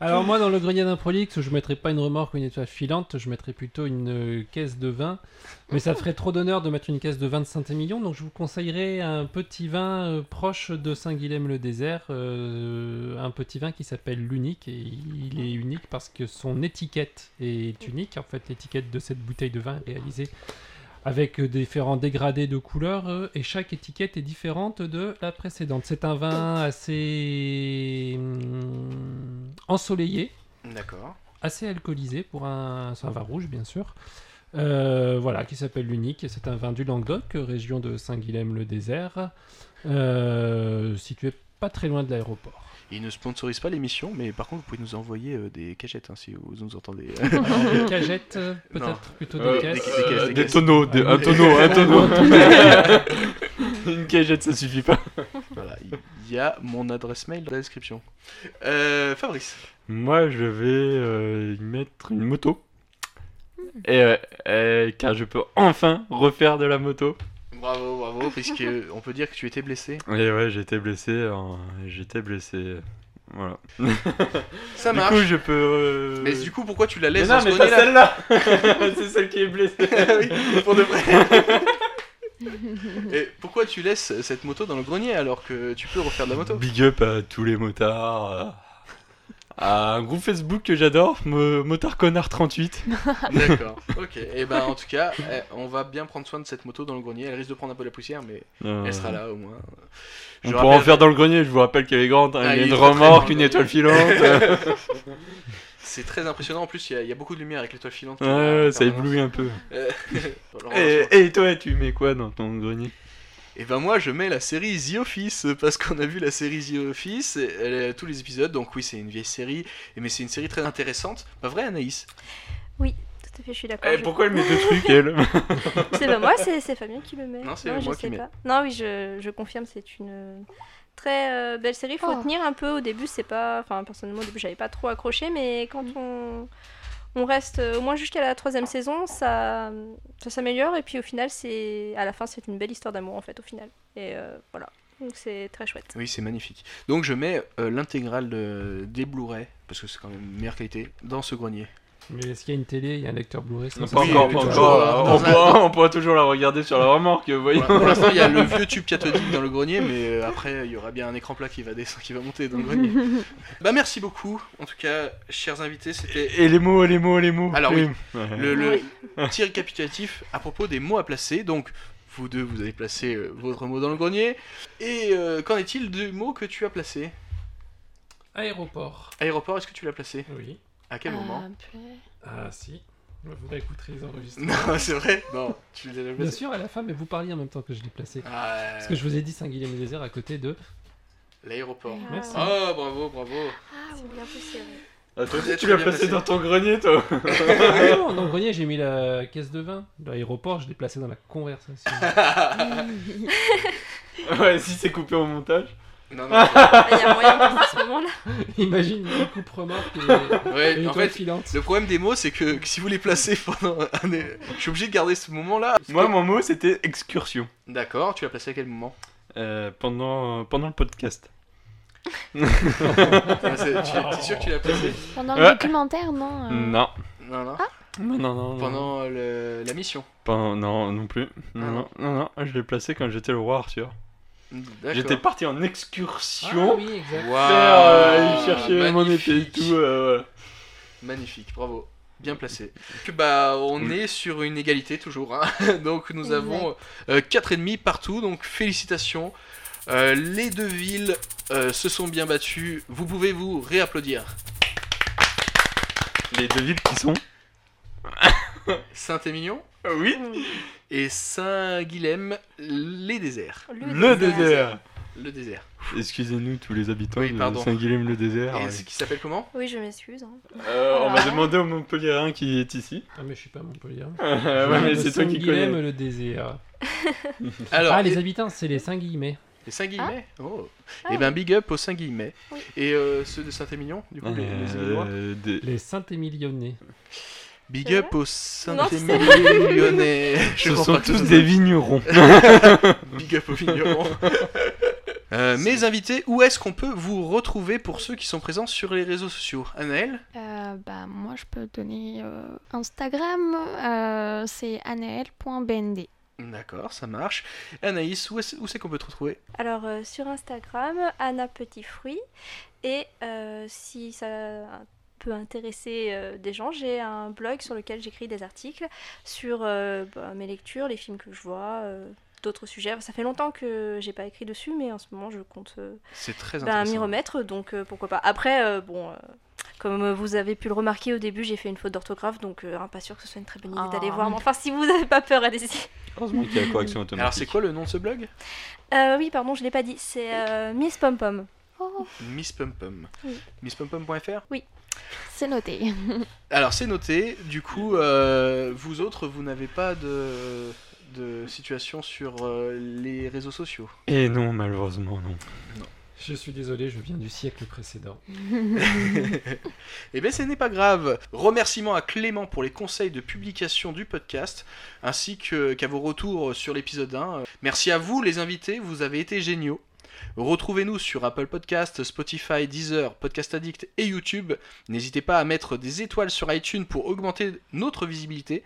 [SPEAKER 7] Alors moi, dans le grenier d'Improlix, je mettrais pas une remorque ou une étoile filante, je mettrais plutôt une euh, caisse de vin. Mais ça ferait trop d'honneur de mettre une caisse de vin de Saint-Émilion, donc je vous conseillerais un petit vin euh, proche de Saint-Guilhem-le-Désert, euh, un petit vin qui s'appelle l'Unique, et il est unique parce que son étiquette est unique. En fait, l'étiquette de cette bouteille de vin est réalisée avec différents dégradés de couleurs euh, et chaque étiquette est différente de la précédente. C'est un vin assez hum, ensoleillé,
[SPEAKER 4] D'accord.
[SPEAKER 7] assez alcoolisé pour un, c'est un
[SPEAKER 4] Ah
[SPEAKER 7] vin rouge bien sûr. Euh, voilà, qui s'appelle l'Unique. C'est un vin du Languedoc, euh, région de Saint-Guilhem-le-Désert, euh, situé pas très loin de l'aéroport.
[SPEAKER 4] Il ne sponsorise pas l'émission, mais par contre, vous pouvez nous envoyer euh, des cachettes hein, si vous nous
[SPEAKER 6] [laughs]
[SPEAKER 4] entendez.
[SPEAKER 8] [laughs]
[SPEAKER 7] Alors, des cagettes, euh,
[SPEAKER 4] Non.
[SPEAKER 7] peut-être plutôt des
[SPEAKER 8] Euh,
[SPEAKER 7] caisses.
[SPEAKER 4] des caisses, des
[SPEAKER 8] Des
[SPEAKER 4] caisses.
[SPEAKER 8] tonneaux, des- un tonneau, un [laughs] tonneau. Une cagette, ça suffit pas.
[SPEAKER 4] voilà, il y a mon adresse mail dans la description. Euh, Fabrice.
[SPEAKER 8] Moi, je vais euh, y mettre une moto. Et, euh, euh, car je peux enfin refaire de la moto.
[SPEAKER 4] Bravo, bravo, puisque euh, [laughs] on peut dire que tu étais blessé.
[SPEAKER 8] Et ouais, j'étais blessé. hein, J'étais blessé. Voilà.
[SPEAKER 4] Ça
[SPEAKER 8] du
[SPEAKER 4] marche.
[SPEAKER 8] coup, je peux. euh,
[SPEAKER 4] Mais du coup, pourquoi tu la
[SPEAKER 8] Mais
[SPEAKER 4] laisses
[SPEAKER 8] non,
[SPEAKER 4] dans
[SPEAKER 8] mais
[SPEAKER 4] ce Ah
[SPEAKER 8] pas [laughs]
[SPEAKER 4] grenier là [laughs]
[SPEAKER 8] celle-là C'est celle qui est blessée.
[SPEAKER 4] Oui, Pour de vrai. Et pourquoi tu laisses cette moto dans le grenier alors que tu peux refaire de la moto
[SPEAKER 8] [laughs] Big up à tous les motards. euh, À un groupe Facebook que j'adore, Mo- Motard Connard 38.
[SPEAKER 4] D'accord, ok. Et ben en tout cas, eh, on va bien prendre soin de cette moto dans le grenier. Elle risque de prendre un peu la poussière, mais
[SPEAKER 8] Euh,
[SPEAKER 4] elle sera là au moins.
[SPEAKER 8] On
[SPEAKER 4] Je
[SPEAKER 8] pourra en
[SPEAKER 4] rappellerai-
[SPEAKER 8] faire dans le grenier, je vous rappelle qu'elle est grande. hein,
[SPEAKER 4] Ah,
[SPEAKER 8] il y a
[SPEAKER 4] il
[SPEAKER 8] une
[SPEAKER 4] est très, très
[SPEAKER 8] remorque,
[SPEAKER 4] grand,
[SPEAKER 8] une
[SPEAKER 4] le
[SPEAKER 8] étoile filante.
[SPEAKER 4] [laughs] C'est très impressionnant. En plus, il y a- il y, a beaucoup de lumière avec l'étoile filante.
[SPEAKER 8] Ouais, ouais, ça
[SPEAKER 4] Permanence.
[SPEAKER 8] éblouit un peu.
[SPEAKER 4] Euh, alors,
[SPEAKER 8] Et, et toi, tu mets quoi dans ton grenier
[SPEAKER 4] Et ben moi je mets la série The Office euh, parce qu'on a vu la série The Office, et, euh, tous les épisodes, donc oui c'est une vieille série, et- mais c'est une série très intéressante, pas vrai Anaïs
[SPEAKER 5] Tout à fait, je suis d'accord.
[SPEAKER 8] Eh,
[SPEAKER 5] je-
[SPEAKER 8] Pourquoi elle [laughs] met deux trucs, elle
[SPEAKER 5] C'est pas moi, c'est c'est Fabien qui le met.
[SPEAKER 4] Non, c'est
[SPEAKER 5] je
[SPEAKER 4] moi qui
[SPEAKER 5] sais
[SPEAKER 4] mets.
[SPEAKER 5] pas. Non, oui, je, je confirme, c'est une très euh, belle série. Faut
[SPEAKER 6] Oh.
[SPEAKER 5] tenir un peu au début, c'est pas. Enfin, personnellement, au début, j'avais pas trop accroché, mais quand on. On reste euh, au moins jusqu'à la troisième saison, ça, ça s'améliore et puis au final, c'est à la fin, c'est une belle histoire d'amour en fait au final. Et euh, voilà, donc c'est très chouette.
[SPEAKER 4] Oui c'est magnifique. Donc je mets euh, l'intégrale de- des Blu-ray, parce que c'est quand même une meilleure qualité, dans ce grenier.
[SPEAKER 7] Mais est-ce qu'il y a une télé, il y a un lecteur Blu-ray sinon
[SPEAKER 8] Non,
[SPEAKER 7] ça
[SPEAKER 8] Pas
[SPEAKER 4] Oui,
[SPEAKER 8] encore,
[SPEAKER 4] mais
[SPEAKER 8] pas
[SPEAKER 4] toujours,
[SPEAKER 8] encore.
[SPEAKER 4] euh,
[SPEAKER 8] On
[SPEAKER 4] dans
[SPEAKER 8] pourra- On pourra toujours la regarder sur la remorque, voyons.
[SPEAKER 4] Voilà, Pour l'instant il y a le vieux tube cathodique dans le grenier, mais euh, après il y aura bien un écran plat qui va descendre, qui va monter dans le grenier. bah merci beaucoup, en tout cas chers invités, c'était...
[SPEAKER 8] Et les mots, les mots, les mots.
[SPEAKER 4] Alors oui.
[SPEAKER 8] Ouais.
[SPEAKER 4] Le, le [laughs] petit récapitulatif à propos des mots à placer. Donc, vous deux, vous avez placé euh, votre mot dans le grenier. Et euh, qu'en est-il du mot que tu as placé
[SPEAKER 7] Aéroport.
[SPEAKER 4] Aéroport, est-ce que tu l'as placé
[SPEAKER 7] Oui.
[SPEAKER 4] À
[SPEAKER 6] Euh,
[SPEAKER 4] quel
[SPEAKER 6] [laughs]
[SPEAKER 4] moment
[SPEAKER 7] Ah si. Vous écouterez les enregistrements.
[SPEAKER 4] Non, [laughs] c'est vrai Non, tu l'as déjà
[SPEAKER 7] Bien
[SPEAKER 4] placé.
[SPEAKER 7] sûr, à la fin, mais vous parliez en même temps que je l'ai placé.
[SPEAKER 4] Ah,
[SPEAKER 7] Parce que je vous ai dit Saint-Guilhem-des-Airs à côté de.
[SPEAKER 4] L'aéroport.
[SPEAKER 7] Merci.
[SPEAKER 4] Oh, bravo, bravo.
[SPEAKER 6] Ah,
[SPEAKER 5] Ah, C'est bien poussé, oui.
[SPEAKER 8] Ah, toi,
[SPEAKER 4] Vous êtes
[SPEAKER 8] tu l'as
[SPEAKER 4] bien
[SPEAKER 8] placé
[SPEAKER 4] placé.
[SPEAKER 8] dans ton
[SPEAKER 4] [laughs]
[SPEAKER 8] grenier, toi.
[SPEAKER 7] Ah non, dans le grenier, j'ai mis la caisse de vin. L'aéroport, je l'ai placé dans la conversation.
[SPEAKER 8] Ouais, si c'est coupé au montage.
[SPEAKER 4] Non,
[SPEAKER 7] [laughs]
[SPEAKER 4] non, c'est-
[SPEAKER 5] Ah, Il y a moyen pour ce moment-là.
[SPEAKER 7] Imagine une coupe remorque et, et
[SPEAKER 4] ouais,
[SPEAKER 7] une
[SPEAKER 4] en
[SPEAKER 7] toile
[SPEAKER 4] fait,
[SPEAKER 7] filante.
[SPEAKER 4] le problème des mots, c'est que, que si vous les placez pendant un. Je suis obligé de garder ce moment-là.
[SPEAKER 8] Moi, mon mot, c'était excursion.
[SPEAKER 4] D'accord, tu l'as placé à quel
[SPEAKER 7] [laughs]
[SPEAKER 4] moment
[SPEAKER 8] Euh, pendant, pendant le podcast.
[SPEAKER 4] Ah, c'est- tu- T'es sûr que tu l'as placé
[SPEAKER 6] Pendant
[SPEAKER 8] Ouais.
[SPEAKER 6] le documentaire, non euh,
[SPEAKER 8] Non.
[SPEAKER 4] Non, non.
[SPEAKER 8] Ah. [laughs] Non, non, non.
[SPEAKER 4] Pendant le- la mission.
[SPEAKER 8] Pendant- Non, non plus. Non, Ah non, non, non, Je l'ai placé quand j'étais le roi Arthur.
[SPEAKER 4] D'accord.
[SPEAKER 8] J'étais parti en excursion.
[SPEAKER 7] oui, exact.
[SPEAKER 4] Waouh,
[SPEAKER 8] Faire, euh, chercher mon
[SPEAKER 4] magnifique.
[SPEAKER 8] épée et tout. euh, voilà.
[SPEAKER 4] Magnifique, bravo. Bien placé. Que Bah, on est sur une égalité toujours. hein. [laughs] donc nous
[SPEAKER 6] Exact.
[SPEAKER 4] avons euh, quatre et demi partout. Donc félicitations. Euh, les deux villes euh, se sont bien battues. Vous pouvez vous réapplaudir.
[SPEAKER 8] Les deux villes qui sont.
[SPEAKER 4] Saint-Émilion
[SPEAKER 8] Ah Oui.
[SPEAKER 4] et Saint-Guilhem, les déserts.
[SPEAKER 8] Le désert.
[SPEAKER 4] Le désert.
[SPEAKER 8] Excusez-nous tous les habitants
[SPEAKER 4] Oui,
[SPEAKER 8] de
[SPEAKER 4] pardon.
[SPEAKER 8] Saint-Guilhem-le-Désert.
[SPEAKER 4] et ce qui s'appelle comment
[SPEAKER 5] Oui, je m'excuse. hein.
[SPEAKER 8] Euh, on va
[SPEAKER 5] Voilà.
[SPEAKER 8] demander au Montpellierin qui est ici. [laughs]
[SPEAKER 7] Ah, mais je suis pas à Montpellier.
[SPEAKER 8] Euh, ouais, mais c'est toi qui
[SPEAKER 7] Saint-Guilhem,
[SPEAKER 8] connais.
[SPEAKER 7] le désert.
[SPEAKER 4] Alors,
[SPEAKER 7] Ah, les
[SPEAKER 4] et,
[SPEAKER 7] habitants, c'est les Saint-Guillemets.
[SPEAKER 4] et Saint-Guilhem Oh.
[SPEAKER 6] Ah.
[SPEAKER 4] Et ben big up aux Saint-Guilhem.
[SPEAKER 6] Oui.
[SPEAKER 4] Et euh, ceux de Saint-Émilion, du coup, les, les Émiliois.
[SPEAKER 8] Euh, des-
[SPEAKER 7] Les Saint-Émilionnais.
[SPEAKER 4] Big
[SPEAKER 5] C'est
[SPEAKER 4] up aux
[SPEAKER 5] Non, c'est-
[SPEAKER 4] Saint-Émilionnais.
[SPEAKER 8] [laughs] Ce sont tous des vignerons.
[SPEAKER 4] [laughs] Big up aux vignerons.
[SPEAKER 8] [laughs]
[SPEAKER 4] Euh, mes invités, où est-ce qu'on peut vous retrouver pour ceux qui sont présents sur les réseaux sociaux Anaël
[SPEAKER 6] Euh, bah, moi, je peux donner euh, Instagram, euh, c'est anaël.bnd.
[SPEAKER 4] D'accord, ça marche. Anaïs, où est-ce- où c'est qu'on peut te retrouver
[SPEAKER 5] Alors euh, sur Instagram, Anna Petit Fruit. Et euh, si ça peut intéresser euh, des gens, j'ai un blog sur lequel j'écris des articles sur euh, bah, mes lectures, les films que je vois, euh, d'autres sujets. Ça fait longtemps que j'ai pas écrit dessus, mais en ce moment je compte euh,
[SPEAKER 4] C'est très
[SPEAKER 5] ben, m'y
[SPEAKER 4] intéressant.
[SPEAKER 5] remettre, donc euh, pourquoi pas. Après, euh, bon. euh, Comme vous avez pu le remarquer au début, j'ai fait une faute d'orthographe, donc euh, hein, pas sûr que ce soit une très bonne idée
[SPEAKER 6] Oh.
[SPEAKER 4] Ah.
[SPEAKER 5] d'aller voir. Mais enfin, si vous n'avez pas peur, allez-y.
[SPEAKER 8] Heureusement qu'il y a la correction automatique.
[SPEAKER 4] Alors c'est quoi le nom de ce blog
[SPEAKER 5] Euh, oui, pardon, je l'ai pas dit. C'est euh, Miss Pom Pom.
[SPEAKER 6] Oh,
[SPEAKER 4] Miss Pum Pum.
[SPEAKER 5] Oui.
[SPEAKER 4] MissPumPum.fr
[SPEAKER 6] c'est noté.
[SPEAKER 4] Alors c'est noté, du coup, euh, vous autres, vous n'avez pas de, de situation sur euh, les réseaux sociaux
[SPEAKER 8] Et non, malheureusement, non.
[SPEAKER 7] Je suis désolé, je viens du siècle précédent.
[SPEAKER 4] [laughs] Eh bien, ce n'est pas grave. Remerciements à Clément pour les conseils de publication du podcast, ainsi que- qu'à vos retours sur l'épisode 1. Merci à vous, les invités, vous avez été géniaux. Retrouvez-nous sur Apple Podcast, Spotify, Deezer, Podcast Addict et YouTube. N'hésitez pas à mettre des étoiles sur iTunes pour augmenter notre visibilité.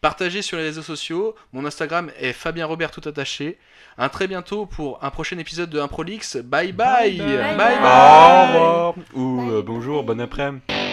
[SPEAKER 4] Partagez sur les réseaux sociaux. Mon Instagram est Fabien Robert tout attaché. À très bientôt pour un prochain épisode de Improlix. Bye bye.
[SPEAKER 7] Bye
[SPEAKER 4] bye,
[SPEAKER 7] bye.
[SPEAKER 4] bye.
[SPEAKER 8] Au revoir. Ou euh,
[SPEAKER 6] Bye.
[SPEAKER 8] bonjour, bon après-midi.